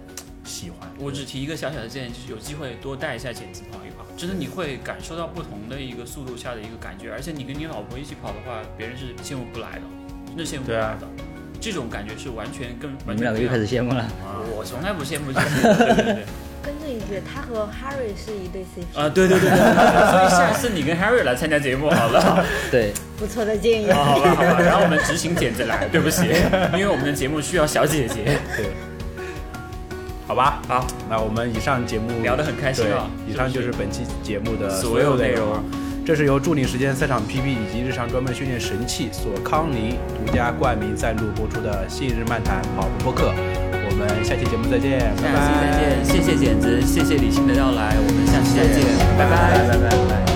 [SPEAKER 1] 喜欢。
[SPEAKER 2] 我只提一个小小的建议，就是有机会多带一下剪子跑一跑，真的你会感受到不同的一个速度下的一个感觉，而且你跟你老婆一起跑的话，别人是羡慕不来的，真的羡慕不
[SPEAKER 1] 对啊
[SPEAKER 2] 来的。这种感觉是完全跟
[SPEAKER 3] 你
[SPEAKER 2] 完
[SPEAKER 3] 们
[SPEAKER 2] 全
[SPEAKER 3] 两
[SPEAKER 2] 不
[SPEAKER 3] 个
[SPEAKER 2] 一样
[SPEAKER 3] 又开始
[SPEAKER 2] 的。啊
[SPEAKER 3] 羡慕了。
[SPEAKER 2] 我从来不羡慕这 些的，对对对，
[SPEAKER 4] 跟着一姐，他和 Harry 是一对 CP，、
[SPEAKER 2] 啊，对对对对，所以下次你跟 Harry 来参加节目好 了。
[SPEAKER 3] 对，
[SPEAKER 4] 不错的建议。
[SPEAKER 2] 啊好吧，好吧，然后我们执行剪子来，对不起，因为我们的节目需要小姐姐。
[SPEAKER 1] 对，好吧，
[SPEAKER 2] 好，
[SPEAKER 1] 那我们以上节目
[SPEAKER 2] 聊得很开心啊
[SPEAKER 1] 对以上就是本期节目的
[SPEAKER 2] 所有
[SPEAKER 1] 有
[SPEAKER 2] 内
[SPEAKER 1] 容
[SPEAKER 2] 容。
[SPEAKER 1] 这是由助力时间赛场 PP 以及日常专门训练神器索康尼独家冠名赞助播出的《信日漫谈跑步播客》，我们下期节目再见，
[SPEAKER 2] 下
[SPEAKER 1] 拜拜，
[SPEAKER 2] 期再见，谢谢剪子，谢谢理性的到来，我们下期再见，拜拜
[SPEAKER 3] 拜拜拜拜。